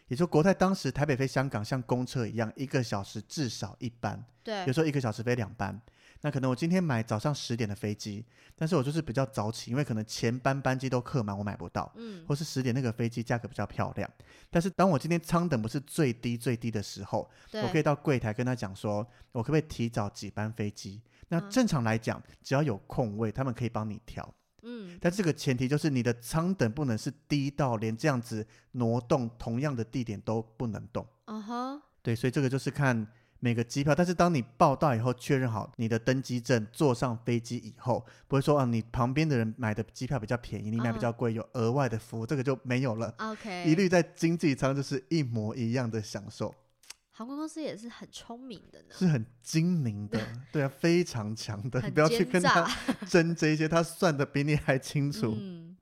Speaker 2: 也就国泰当时台北飞香港像公车一样，一个小时至少一班，
Speaker 1: 对
Speaker 2: 有时候一个小时飞两班。那可能我今天买早上十点的飞机，但是我就是比较早起，因为可能前班班机都客满，我买不到，
Speaker 1: 嗯
Speaker 2: 或是十点那个飞机价格比较漂亮。但是当我今天舱等不是最低最低的时候，
Speaker 1: 对
Speaker 2: 我可以到柜台跟他讲说，我可不可以提早几班飞机？那正常来讲，只要有空位，他们可以帮你调。
Speaker 1: 嗯
Speaker 2: 但这个前提就是你的舱等不能是低到连这样子挪动同样的地点都不能动。
Speaker 1: 嗯哼
Speaker 2: 对，所以这个就是看每个机票。但是当你报到以后，确认好你的登机证，坐上飞机以后，不会说啊，你旁边的人买的机票比较便宜，你买比
Speaker 1: 嗯
Speaker 2: 较贵，有额外的服务，这个就没有了。
Speaker 1: ，OK，
Speaker 2: 一律在经济舱就是一模一样的享受。
Speaker 1: 航空公司也是很聪明的呢，
Speaker 2: 是很精明 的，对啊，非常强的，你
Speaker 1: 很
Speaker 2: 不要去
Speaker 1: 奸
Speaker 2: 跟
Speaker 1: 诈
Speaker 2: 他争这一些，他算的比你还清楚。
Speaker 1: 嗯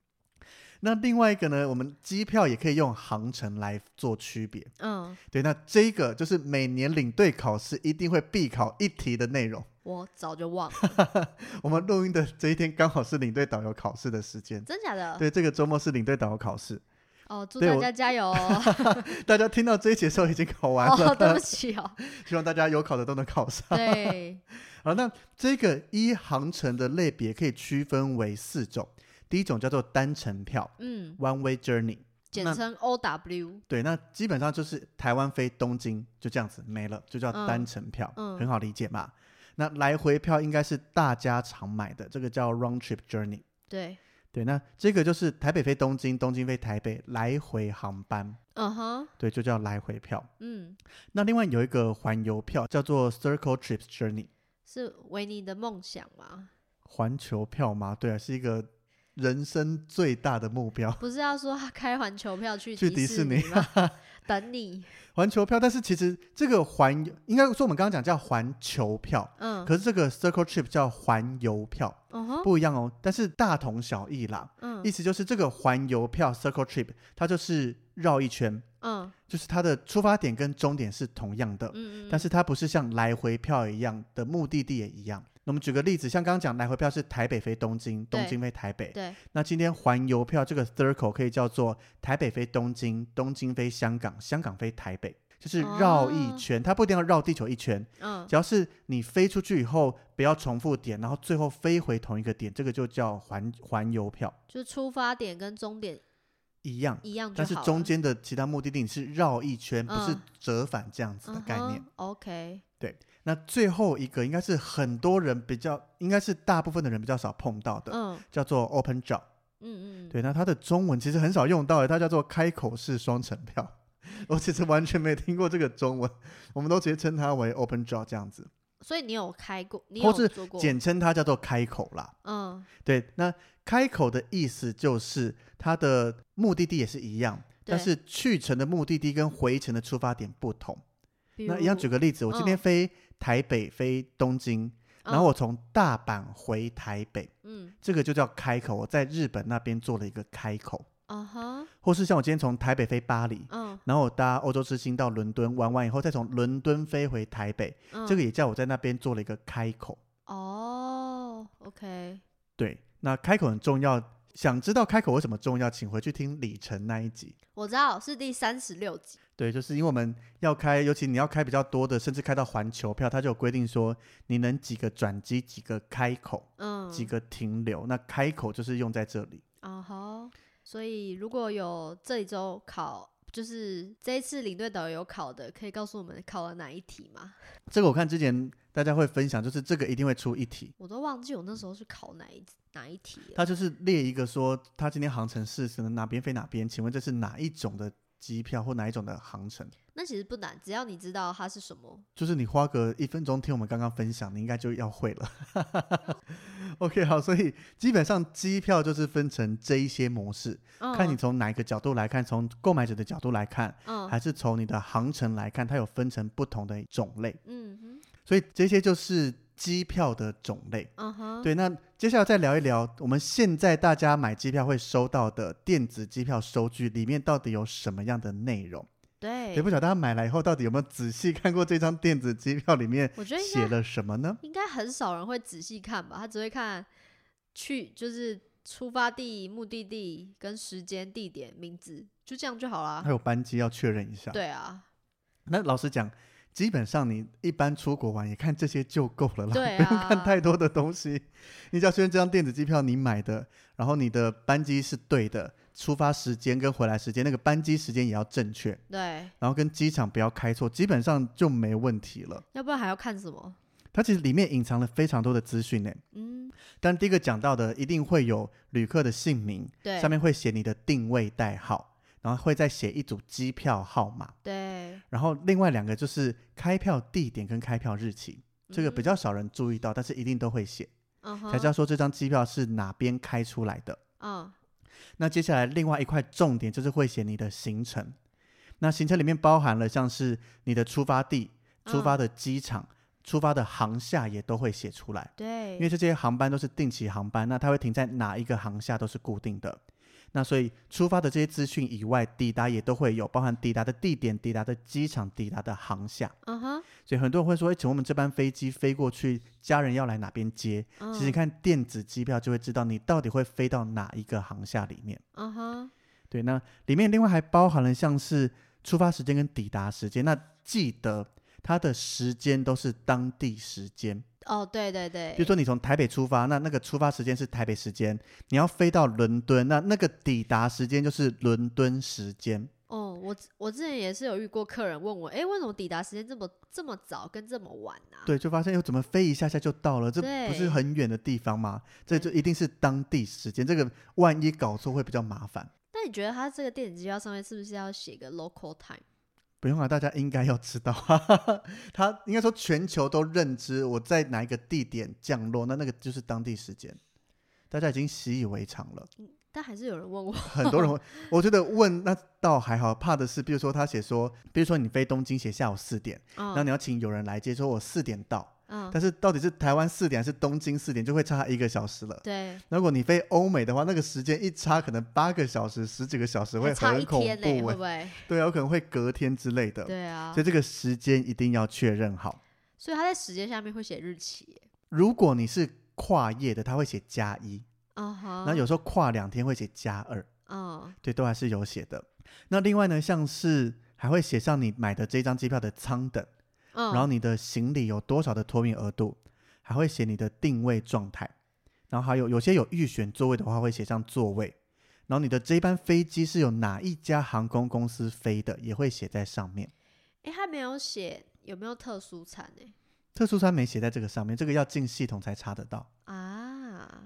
Speaker 2: 那另外一个呢，我们机票也可以用航程来做区别。
Speaker 1: 嗯，
Speaker 2: 对，那这个就是每年领队考试一定会必考一题的内容。
Speaker 1: 我早就忘了，
Speaker 2: 我们录音的这一天刚好是领队导游考试的时间。
Speaker 1: 真假的？
Speaker 2: 对，这个周末是领队导游考试，
Speaker 1: 哦，祝
Speaker 2: 对
Speaker 1: 大
Speaker 2: 我
Speaker 1: 家加 油哦！
Speaker 2: 大家听到这一节的时候已经考完了，
Speaker 1: 哦，对不起哦，
Speaker 2: 希望大家有考的都能考上。
Speaker 1: 对，
Speaker 2: 好，那这个一航程的类别可以区分为四种，第一种叫做单程票
Speaker 1: 嗯，
Speaker 2: （one way journey），
Speaker 1: 简
Speaker 2: 那
Speaker 1: 称 OW，
Speaker 2: 对，那基本上就是台湾飞东京就这样子没了，就叫单程票，
Speaker 1: 嗯嗯
Speaker 2: 很好理解嘛。那来回票应该是大家常买的，这个叫 round trip journey。
Speaker 1: 对，
Speaker 2: 对，那这个就是台北飞东京，东京飞台北来回航班，
Speaker 1: 嗯哼，
Speaker 2: 对，就叫来回票。
Speaker 1: 嗯，
Speaker 2: 那另外有一个环游票叫做 circle trips journey，
Speaker 1: 是维尼的梦想吗？
Speaker 2: 环球票吗？对啊，是一个人生最大的目标。
Speaker 1: 不是要说他开环球票去
Speaker 2: 去迪
Speaker 1: 迪
Speaker 2: 士尼
Speaker 1: 尼 吗？等你，
Speaker 2: 环球票，但是其实这个环应该说我们刚刚讲叫环球票，
Speaker 1: 嗯，
Speaker 2: 可是这个 circle trip 叫环游票，
Speaker 1: 嗯哼，
Speaker 2: 不一样哦，但是大同小异啦。
Speaker 1: 嗯
Speaker 2: 意思就是这个环游票 circle trip 它就是绕一圈，
Speaker 1: 嗯
Speaker 2: 就是它的出发点跟终点是同样的，
Speaker 1: 嗯，
Speaker 2: 但
Speaker 1: 是
Speaker 2: 是它不是像来回票一样的目的地也一样。那我们举个例子，像刚刚讲来回票是台北飞东京，东
Speaker 1: 对
Speaker 2: 京飞台北，
Speaker 1: 对，
Speaker 2: 那今天环游票这个 circle 可以叫做台北飞东京，东京飞香港，香港飞台北，就是绕一圈，它不一定要绕地球一圈，
Speaker 1: 哦嗯
Speaker 2: 只要是你飞出去以后不要重复点，然后最后飞回同一个点，这个就叫环环游票，
Speaker 1: 就是出发点跟终点
Speaker 2: 一样。
Speaker 1: 一样就
Speaker 2: 但
Speaker 1: 好
Speaker 2: 是
Speaker 1: 了，
Speaker 2: 中间的其他目的地你是绕一圈，不是
Speaker 1: 嗯
Speaker 2: 折返这样子的概念。
Speaker 1: ，OK，
Speaker 2: 那最后一个应该是很多人比较，应该是大部分的人比较少碰到的，
Speaker 1: 嗯
Speaker 2: 叫做 open jaw。
Speaker 1: 嗯嗯，
Speaker 2: 对，那它的中文其实很少用到耶，它叫做开口式双层票。 我其实完全没听过这个中文，我们都直接称它为 open jaw 这样子，
Speaker 1: 所以你有开过，你
Speaker 2: 或
Speaker 1: 有
Speaker 2: 是
Speaker 1: 做过，
Speaker 2: 简称它叫做开口啦。
Speaker 1: 嗯
Speaker 2: 对，那开口的意思就是它的目的地也是一样，但
Speaker 1: 对
Speaker 2: 是去程的目的地跟回程的出发点不同。
Speaker 1: 比
Speaker 2: 那一样
Speaker 1: 如
Speaker 2: 举个例子，我今天
Speaker 1: 嗯
Speaker 2: 飞台北飞东京，然
Speaker 1: 嗯
Speaker 2: 后我从大阪回台北，
Speaker 1: 嗯
Speaker 2: 这个就叫开口。我在日本那边做了一个开口，
Speaker 1: 啊哈
Speaker 2: 或是像我今天从台北飞巴黎，
Speaker 1: 嗯
Speaker 2: 然后我搭欧洲之星到伦敦玩完以后，再从伦敦飞回台北，
Speaker 1: 嗯
Speaker 2: 这个也叫我在那边做了一个开口。
Speaker 1: 哦，OK，
Speaker 2: 对，那开口很重要。想知道开口为什么重要，请回去听李晨那一集。
Speaker 1: 我知道是第三十六集，
Speaker 2: 对，就是因为我们要开，尤其你要开比较多的，甚至开到环球票，它就有规定说你能几个转机、几个开口、
Speaker 1: 嗯，
Speaker 2: 几个停留。那开口就是用在这里。
Speaker 1: 啊哈，所以如果有这一周考。就是这一次领队导游有考的，可以告诉我们考了哪一题吗？
Speaker 2: 这个我看之前大家会分享，就是这个一定会出一题，
Speaker 1: 我都忘记我那时候是考哪一哪一题了。
Speaker 2: 它就是列一个说，它今天航程是可能哪边飞哪边，请问这是哪一种的机票或哪一种的航程？
Speaker 1: 那其实不难，只要你知道它是什么。
Speaker 2: 就是你花个一分钟听我们刚刚分享，你应该就要会了。OK，好，所以基本上机票就是分成这一些模式，
Speaker 1: 嗯、
Speaker 2: 看你从哪一个角度来看，从购买者的角度来看，
Speaker 1: 嗯
Speaker 2: 还是从你的航程来看，它有分成不同的种类。
Speaker 1: 嗯哼
Speaker 2: 所以这些就是机票的种类。
Speaker 1: 嗯哼，
Speaker 2: 对，那接下来再聊一聊，我们现在大家买机票会收到的电子机票收据里面到底有什么样的内容？
Speaker 1: 对
Speaker 2: 也不晓得大家买来以后到底有没有仔细看过这张电子机票里面
Speaker 1: 我觉得应
Speaker 2: 写
Speaker 1: 该
Speaker 2: 了什么呢？
Speaker 1: 应该很少人会仔细看吧，他只会看去就是出发地、目的地跟时间、地点、名字，就这样就好啦
Speaker 2: 还。有班机要确认一下。
Speaker 1: 对啊，
Speaker 2: 那老实讲，基本上你一般出国玩也看这些就够了啦，
Speaker 1: 对
Speaker 2: 不用看
Speaker 1: 啊
Speaker 2: 太多的东西。你只要确认这张电子机票你买的，然后你的班机是对的，出发时间跟回来时间那个班机时间也要正确，
Speaker 1: 对，
Speaker 2: 然后跟机场不要开错，基本上就没问题了。
Speaker 1: 要不然还要看什么？
Speaker 2: 它其实里面隐藏了非常多的资讯呢。
Speaker 1: 嗯，
Speaker 2: 但第一个讲到的一定会有旅客的姓名，
Speaker 1: 对
Speaker 2: 上面会写你的定位代号，然后会再写一组机票号码。
Speaker 1: 对，
Speaker 2: 然后另外两个就是开票地点跟开票日期，这个比较少人注意到，但是一定都会写，
Speaker 1: 嗯
Speaker 2: 才知
Speaker 1: 哼，
Speaker 2: 道说这张机票是哪边开出来的。
Speaker 1: 嗯，
Speaker 2: 那接下来另外一块重点就是会写你的行程，那行程里面包含了像是你的出发地、出发
Speaker 1: 嗯
Speaker 2: 的机场、出发的航厦也都会写出来，因为
Speaker 1: 对，
Speaker 2: 这些航班都是定期航班，那它会停在哪一个航厦都是固定的。那所以出发的这些资讯以外，抵达也都会有，包含抵达的地点、抵达的机场、抵达的航厦。
Speaker 1: 嗯哼，
Speaker 2: 所以很多人会说：“哎、请问我们这班飞机飞过去，家人要来哪边接？”其实你
Speaker 1: 嗯，
Speaker 2: 看电子机票就会知道你到底会飞到哪一个航厦里面。
Speaker 1: 嗯哼，
Speaker 2: 对，那里面另外还包含了像是出发时间跟抵达时间。那记得它的时间都是当地时间，
Speaker 1: 哦，对对对，
Speaker 2: 比如说你从台北出发，那那个出发时间是台北时间，你要飞到伦敦，那那个抵达时间就是伦敦时间。
Speaker 1: 哦，我之我之前也是有遇过客人问我，哎、为什么抵达时间这么这么早跟这么晚 啊？
Speaker 2: 对，就发现又哎怎么飞一下下就到了，这不是
Speaker 1: 对
Speaker 2: 很远的地方吗？这就一定是当地时间，这个万一搞错会比较麻烦。
Speaker 1: 那你觉得他这个电子机票上面是不是要写个 local time？
Speaker 2: 不用啊，大家应该要知道， 哈哈哈，他应该说全球都认知我在哪一个地点降落，那那个就是当地时间，大家已经习以为常了。
Speaker 1: 但还是有人问我，
Speaker 2: 很多人 会，我觉得问那倒还好，怕的是，比如说他写说，比如说你飞东京写下午四点，然后
Speaker 1: 嗯
Speaker 2: 你要请有人来接，说我四点到，
Speaker 1: 嗯，
Speaker 2: 但是到底是台湾四点还是东京四点，就会差一个小时了。
Speaker 1: 对，
Speaker 2: 如果你飞欧美的话，那个时间一差，可能八个小时、十几个小时会
Speaker 1: 还差
Speaker 2: 很
Speaker 1: 一
Speaker 2: 恐
Speaker 1: 天呢、
Speaker 2: 怖、
Speaker 1: 会
Speaker 2: 欸 嗯
Speaker 1: 不。会？
Speaker 2: 对啊，有可能会隔天之类的。
Speaker 1: 对啊
Speaker 2: 所，以这个时间一定要确认好。
Speaker 1: 所以他在时间下面会写日期欸耶、
Speaker 2: 如果你是跨夜的，他会写加一，
Speaker 1: 嗯哼，
Speaker 2: 然后有时候跨两天会写加二，
Speaker 1: 嗯
Speaker 2: 对，都还是有写的。那另外呢，像是还会写上你买的这张机票的舱等，
Speaker 1: 嗯，
Speaker 2: 然后你的行李有多少的托运额度，还会写你的定位状态，然后还有有些有预选座位的话会写上座位，然后你的这班飞机是由哪一家航空公司飞的，也会写在上面。
Speaker 1: 哎、他没有写有没有特殊餐欸呢、
Speaker 2: 特殊餐没写在这个上面，这个要进系统才查得到。
Speaker 1: 啊，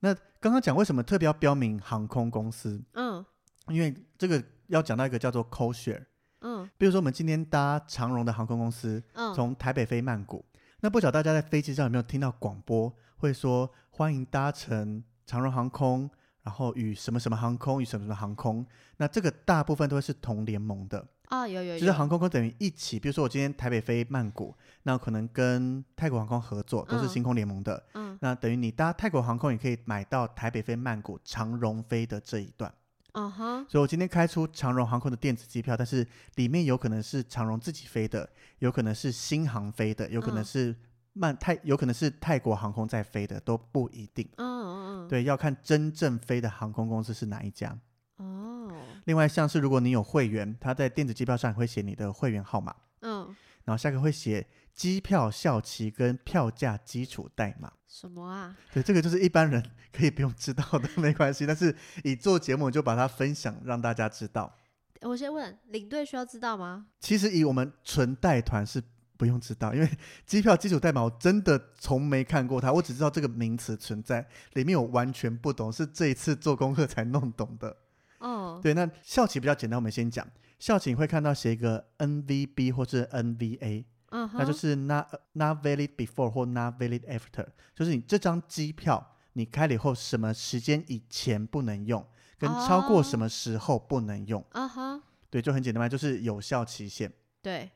Speaker 2: 那刚刚讲为什么特别要标明航空公司，
Speaker 1: 嗯
Speaker 2: 因为这个要讲到一个叫做 co-share，
Speaker 1: 嗯
Speaker 2: 比如说我们今天搭长荣的航空公司，
Speaker 1: 嗯，
Speaker 2: 从台北飞曼谷。那不晓得大家在飞机上有没有听到广播，会说欢迎搭乘长荣航空，然后与什么什么航空与什么什么航空。那这个大部分都会是同联盟的，
Speaker 1: 啊有有有，
Speaker 2: 就是航空公司等于一起，比如说我今天台北飞曼谷，那可能跟泰国航空合作，都是
Speaker 1: 嗯
Speaker 2: 星空联盟的。
Speaker 1: 嗯
Speaker 2: 那等于你搭泰国航空也可以买到台北飞曼谷长荣飞的这一段。
Speaker 1: 嗯哼，
Speaker 2: 所以我今天开出长荣航空的电子机票，但是里面有可能是长荣自己飞的，有可能是新航飞的，有可能
Speaker 1: 嗯
Speaker 2: 是曼泰，有可能是泰国航空在飞的，都不一定。
Speaker 1: 嗯嗯嗯，
Speaker 2: 对，要看真正飞的航空公司是哪一家。
Speaker 1: 哦，
Speaker 2: 另外，像是如果你有会员，他在电子机票上也会写你的会员号码，
Speaker 1: 嗯，
Speaker 2: 然后下个会写机票效期跟票价基础代码。
Speaker 1: 什么啊？
Speaker 2: 对，这个就是一般人 可以不用知道的，没关系。但是以做节目，我就把它分享让大家知道。
Speaker 1: 我先问，领队需要知道吗？
Speaker 2: 其实以我们纯带团是不用知道，因为机票基础代码我真的从没看过它，我只知道这个名词存在，里面我完全不懂，是这一次做功课才弄懂的。
Speaker 1: 哦，
Speaker 2: 对，那校企比较简单，我们先讲校企你会看到写一个 NVB 或是 NVA，
Speaker 1: 嗯
Speaker 2: 那
Speaker 1: 哼，
Speaker 2: 就是 not not valid before 或 not valid after，就是你这张机票你开了以后什么时间以前不能用，跟超过什么时候不能用，
Speaker 1: 啊哈，
Speaker 2: 对，就很简单嘛，就是有效期限。
Speaker 1: 对，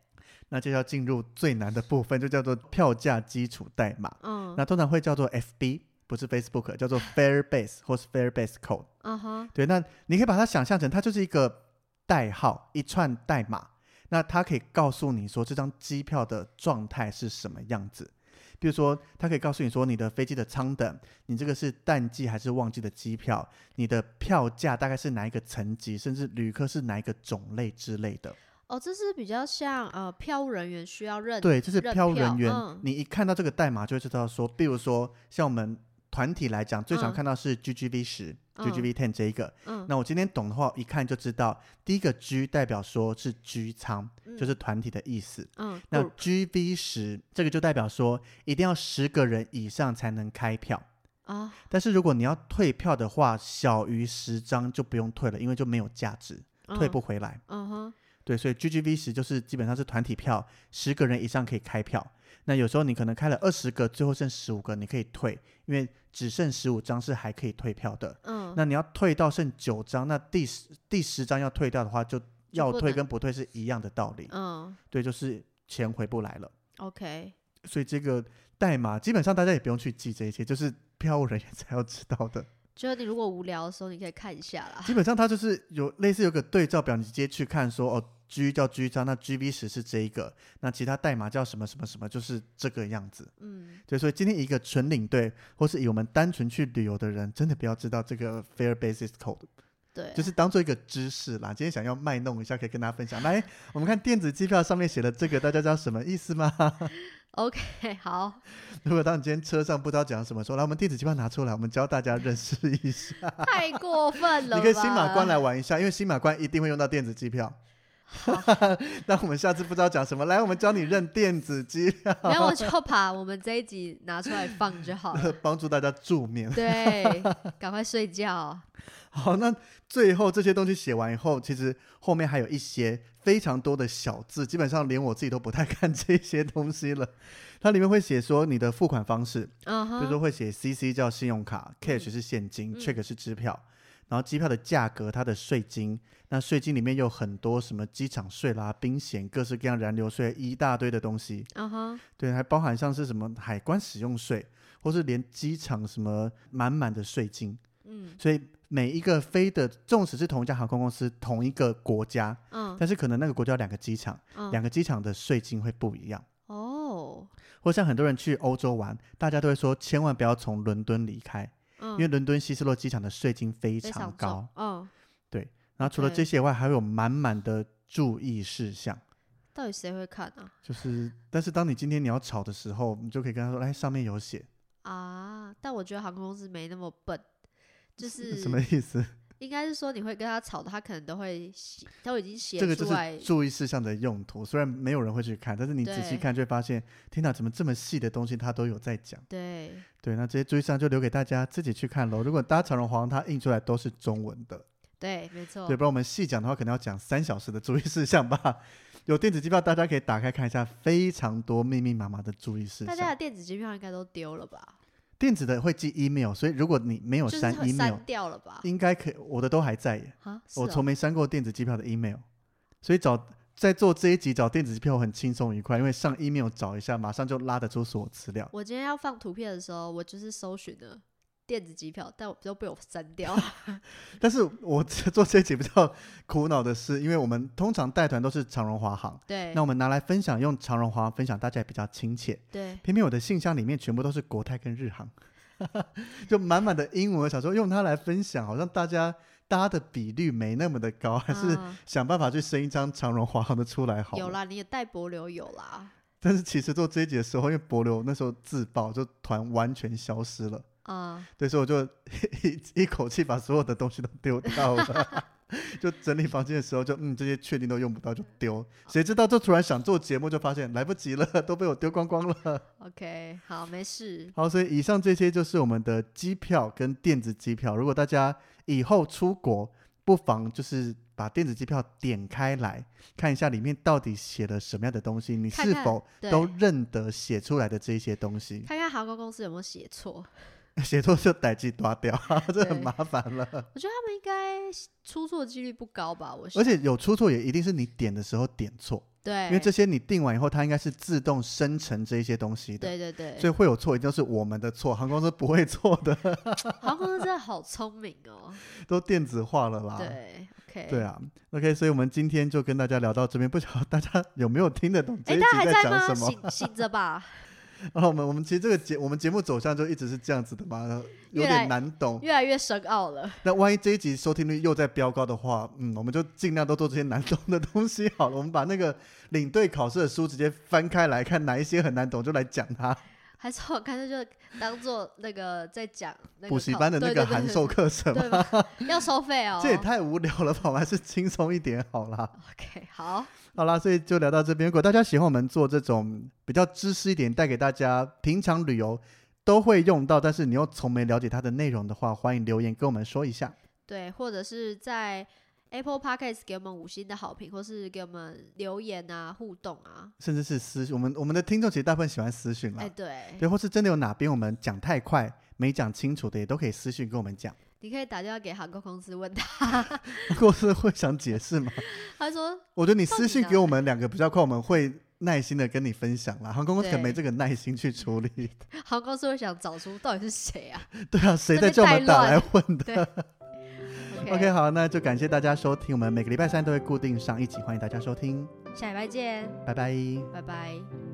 Speaker 2: 那就要进入最难的部分，就叫做票价基础代码。
Speaker 1: 嗯
Speaker 2: 那通常会叫做 FB，不是 Facebook，叫做 Fairbase 或是 Fairbase Code。
Speaker 1: 嗯哼，
Speaker 2: 对，那你可以把它想象成它就是一个代号，一串代码。那它可以告诉你说这张机票的状态是什么样子。比如说，它可以告诉你说你的飞机的舱等，你这个是淡季还是旺季的机票，你的票价大概是哪一个层级，甚至旅客是哪一个种类之类的。
Speaker 1: 哦，这是比较像呃票务人员需要认
Speaker 2: 对，这是
Speaker 1: 认
Speaker 2: 飘
Speaker 1: 票
Speaker 2: 人员，
Speaker 1: 嗯
Speaker 2: 你一看到这个代码就会知道说，比如说像我们团体来讲，最常
Speaker 1: 嗯
Speaker 2: 看到是 GGV 十、
Speaker 1: 嗯
Speaker 2: GGV ten 这一个。
Speaker 1: 嗯
Speaker 2: 那我今天懂的话，一看就知道，第一个 G 代表说是 G 舱，就是团体的意思。
Speaker 1: 嗯
Speaker 2: 那
Speaker 1: group
Speaker 2: GV 十这个就代表说，一定要十个人以上才能开票。
Speaker 1: 啊
Speaker 2: 但是如果你要退票的话，小于十张就不用退了，因为就没有价值，退
Speaker 1: 嗯
Speaker 2: 不回来。
Speaker 1: 嗯哼
Speaker 2: 对，所以 GGV 十就是基本上是团体票，十个人以上可以开票。那有时候你可能开了二十个，最后剩十五个，你可以退，因为只剩十五张是还可以退票的。
Speaker 1: 嗯
Speaker 2: 那你要退到剩九张，那第十第十张要退掉的话，就要
Speaker 1: 不
Speaker 2: 退
Speaker 1: 能
Speaker 2: 跟不退是一样的道理。
Speaker 1: 嗯
Speaker 2: 对，就是钱回不来了。
Speaker 1: OK
Speaker 2: 所以这个代码基本上大家也不用去记这一些，就是票务人员才要知道的。
Speaker 1: 就是你如果无聊的时候，你可以看一下啦。
Speaker 2: 基本上它就是有类似有个对照表，你直接去看说哦，G 叫 G 章，那 GB 十是这一个，那其他代码叫什么什么什么，就是这个样子。
Speaker 1: 嗯，
Speaker 2: 对，所以今天以一个纯领队，或是以我们单纯去旅游的人，真的不要知道这个 Fair Basis Code，
Speaker 1: 对，
Speaker 2: 就是当做一个知识啦。今天想要卖弄一下，可以跟大家分享。来，我们看电子机票上面写的这个，大家知道什么意思吗？
Speaker 1: OK 好，
Speaker 2: 如果当你今天车上不知道讲什么，说来我们电子机票拿出来，我们教大家认识一下。
Speaker 1: 太过分了吧。
Speaker 2: 你可以新马关来玩一下，因为新马关一定会用到电子机票。 那我们下次不知道讲什么，来，我们教你认电子机 票，
Speaker 1: 没有，我就把我们这一集拿出来放就好了。
Speaker 2: 帮助大家助眠。
Speaker 1: 对，赶快睡觉。
Speaker 2: 好，那最后这些东西写完以后，其实后面还有一些非常多的小字，基本上连我自己都不太看这些东西了。它里面会写说你的付款方式，
Speaker 1: 嗯
Speaker 2: 比如
Speaker 1: 哼，
Speaker 2: 说会写 CC 叫信用
Speaker 1: 嗯
Speaker 2: 卡，cash 是现金、c h e c k 是支票，然后机票的价格、它的税金，那税金里面有很多什么机场税啦、冰险、各式各样燃油税，一大堆的东西，
Speaker 1: 嗯哼，
Speaker 2: 对，还包含像是什么海关使用税，或是连机场什么满满的税金，
Speaker 1: 嗯
Speaker 2: 所以。每一个飞的，纵使是同一家航空公司、同一个国家，
Speaker 1: 嗯
Speaker 2: 但是可能那个国家有两个机场，两
Speaker 1: 嗯，
Speaker 2: 个机场的税金会不一样。
Speaker 1: 哦，
Speaker 2: 或像很多人去欧洲玩，大家都会说千万不要从伦敦离开，
Speaker 1: 嗯，
Speaker 2: 因为伦敦希斯洛机场的税金非
Speaker 1: 非
Speaker 2: 常
Speaker 1: 常
Speaker 2: 高
Speaker 1: 重。，嗯，
Speaker 2: 然后除了
Speaker 1: OK
Speaker 2: 这些以外，还有满满的注意事项。
Speaker 1: 到底谁会看啊？
Speaker 2: 就是，但是当你今天你要吵的时候，你就可以跟他说：“哎，上面有写，
Speaker 1: 啊，但我觉得航空公司没那么笨，就 是
Speaker 2: 什么意思？
Speaker 1: 应该是说你会跟他吵的，他可能都会写，都已经写
Speaker 2: 这个就
Speaker 1: 出来
Speaker 2: 是。注意事项的用途。虽然没有人会去看，但是你仔细
Speaker 1: 对
Speaker 2: 看就会发现，天哪，怎么这么细的东西他都有在讲？
Speaker 1: 对，
Speaker 2: 对，那这些注意事项就留给大家自己去看喽。如果搭长荣皇它印出来都是中文的，
Speaker 1: 对，没错
Speaker 2: 对，。不然我们细讲的话，可能要讲三小时的注意事项吧。 有电子机票，大家可以打开看一下，非常多密密麻麻的注意事
Speaker 1: 大
Speaker 2: 项。
Speaker 1: 家的电子机票应该都丢了吧？
Speaker 2: 电子的会寄 email，所以如果你没有
Speaker 1: 就是
Speaker 2: 删
Speaker 1: 会
Speaker 2: 哦 email，
Speaker 1: 删掉了吧？
Speaker 2: 应该可以，我的都还在耶，
Speaker 1: 啊，是
Speaker 2: 我
Speaker 1: 哦
Speaker 2: 从没删过电子机票的 email，所以找在做这一集找电子机票很轻松愉快，因为上 email 找一下，马上就拉得出所有资料。
Speaker 1: 我今天要放图片的时候，我就是搜寻了电子机票，但我都被我删 掉。
Speaker 2: 但是我做这一集比较苦恼的是，因为我们通常带团都是长荣华航，
Speaker 1: 对
Speaker 2: 那我们拿来分享，用长荣华航分享，大家也比较亲切。
Speaker 1: 对，
Speaker 2: 偏偏我的信箱里面全部都是国泰跟日航， 就满满的英文，我想说用它来分享，好像大家搭的比率没那么的高， 还是
Speaker 1: 啊
Speaker 2: 想办法去生一张长荣华航的出来好了。
Speaker 1: 有啦，你也带博流有啦。
Speaker 2: 但是其实做这一集的时候，因为博流那时候自爆，就团完全消失了，
Speaker 1: 啊、
Speaker 2: 对，所以我就 一一口气把所有的东西都丢掉了。 就整理房间的时候就，嗯，这些确定都用不到就丢，谁知道就突然想做节目，就发现来不及了，都被我丢光光了。
Speaker 1: o k 好，没事。
Speaker 2: 好，所以以上这些就是我们的机票跟电子机票。如果大家以后出国，不妨就是把电子机票点开来看一下里面到底写了什么样的东西，你
Speaker 1: 看
Speaker 2: 是
Speaker 1: 看
Speaker 2: 否
Speaker 1: 对，
Speaker 2: 都认得写出来的这些东西。
Speaker 1: 看看航空公司有没有写错。
Speaker 2: 写错就逮鸡抓掉， 这很
Speaker 1: 对
Speaker 2: 麻烦了。
Speaker 1: 我觉得他们应该出错几率不高吧？我
Speaker 2: 而
Speaker 1: 想
Speaker 2: 且有出错也一定是你点的时候点错，
Speaker 1: 对，
Speaker 2: 因为这些你定完以后，它应该是自动生成这一些东西的，
Speaker 1: 对对对，
Speaker 2: 所以会有错一定都是我们的错，航空公司不会错的，
Speaker 1: 航空公司真的好聪明哦。
Speaker 2: 都电子化了啦。
Speaker 1: 对，OK，
Speaker 2: 啊对啊，OK，所以我们今天就跟大家聊到这边，不晓得大家 有没有听得懂这
Speaker 1: 哎，
Speaker 2: 一集
Speaker 1: 大家还在
Speaker 2: 讲
Speaker 1: 吗？
Speaker 2: 什么？
Speaker 1: 醒醒着吧，
Speaker 2: 然后我们我们其实这个节我们节目走向就一直是这样子的嘛，有
Speaker 1: 越来
Speaker 2: 点难懂。
Speaker 1: 越来越深奥了。
Speaker 2: 那万一这一集收听率又在飙高的话，嗯，我们就尽量都做这些难懂的东西好了。我们把那个领队考试的书直接翻开来看，哪一些很难懂就来讲它。
Speaker 1: 还是我干脆就当做那个在讲那个
Speaker 2: 补习
Speaker 1: 考
Speaker 2: 班的那
Speaker 1: 对
Speaker 2: 个
Speaker 1: 对对
Speaker 2: 函授课程嘛，
Speaker 1: 对吧？要收费哦。
Speaker 2: 这也太无聊了吧？我们还是轻松一点好啦。
Speaker 1: OK，好，
Speaker 2: 好啦，所以就聊到这边。如果大家喜欢我们做这种比较知识一点，带给大家平常旅游都会用到，但是你又从没了解它的内容的话，欢迎留言跟我们说一下。
Speaker 1: 对，或者是在 Apple Podcast 给我们五星的好评，或是给我们留言啊、互动啊。
Speaker 2: 甚至是私我们我们的听众其实大部分喜欢私讯啦，
Speaker 1: 哎，对，
Speaker 2: 对，或是真的有哪边我们讲太快没讲清楚的，也都可以私讯跟我们 讲，
Speaker 1: 你可以打电话给航空公司问他，
Speaker 2: 或是会想解释吗？
Speaker 1: 他说
Speaker 2: 我觉得你私
Speaker 1: 到底
Speaker 2: 讯
Speaker 1: 哪
Speaker 2: 给我们两个比较快，我们会耐心的跟你分享啦。航空公司可能没这个耐心去处理。
Speaker 1: 航空公司会想找出到底是谁啊。
Speaker 2: 对啊，谁在
Speaker 1: 这边
Speaker 2: 叫我们
Speaker 1: 太
Speaker 2: 打
Speaker 1: 乱
Speaker 2: 来混的？OK，
Speaker 1: OK，
Speaker 2: 好，那就感谢大家收听，我们每个礼拜三都会固定上一集，欢迎大家收听，
Speaker 1: 下礼拜见，
Speaker 2: 拜拜。
Speaker 1: 拜拜。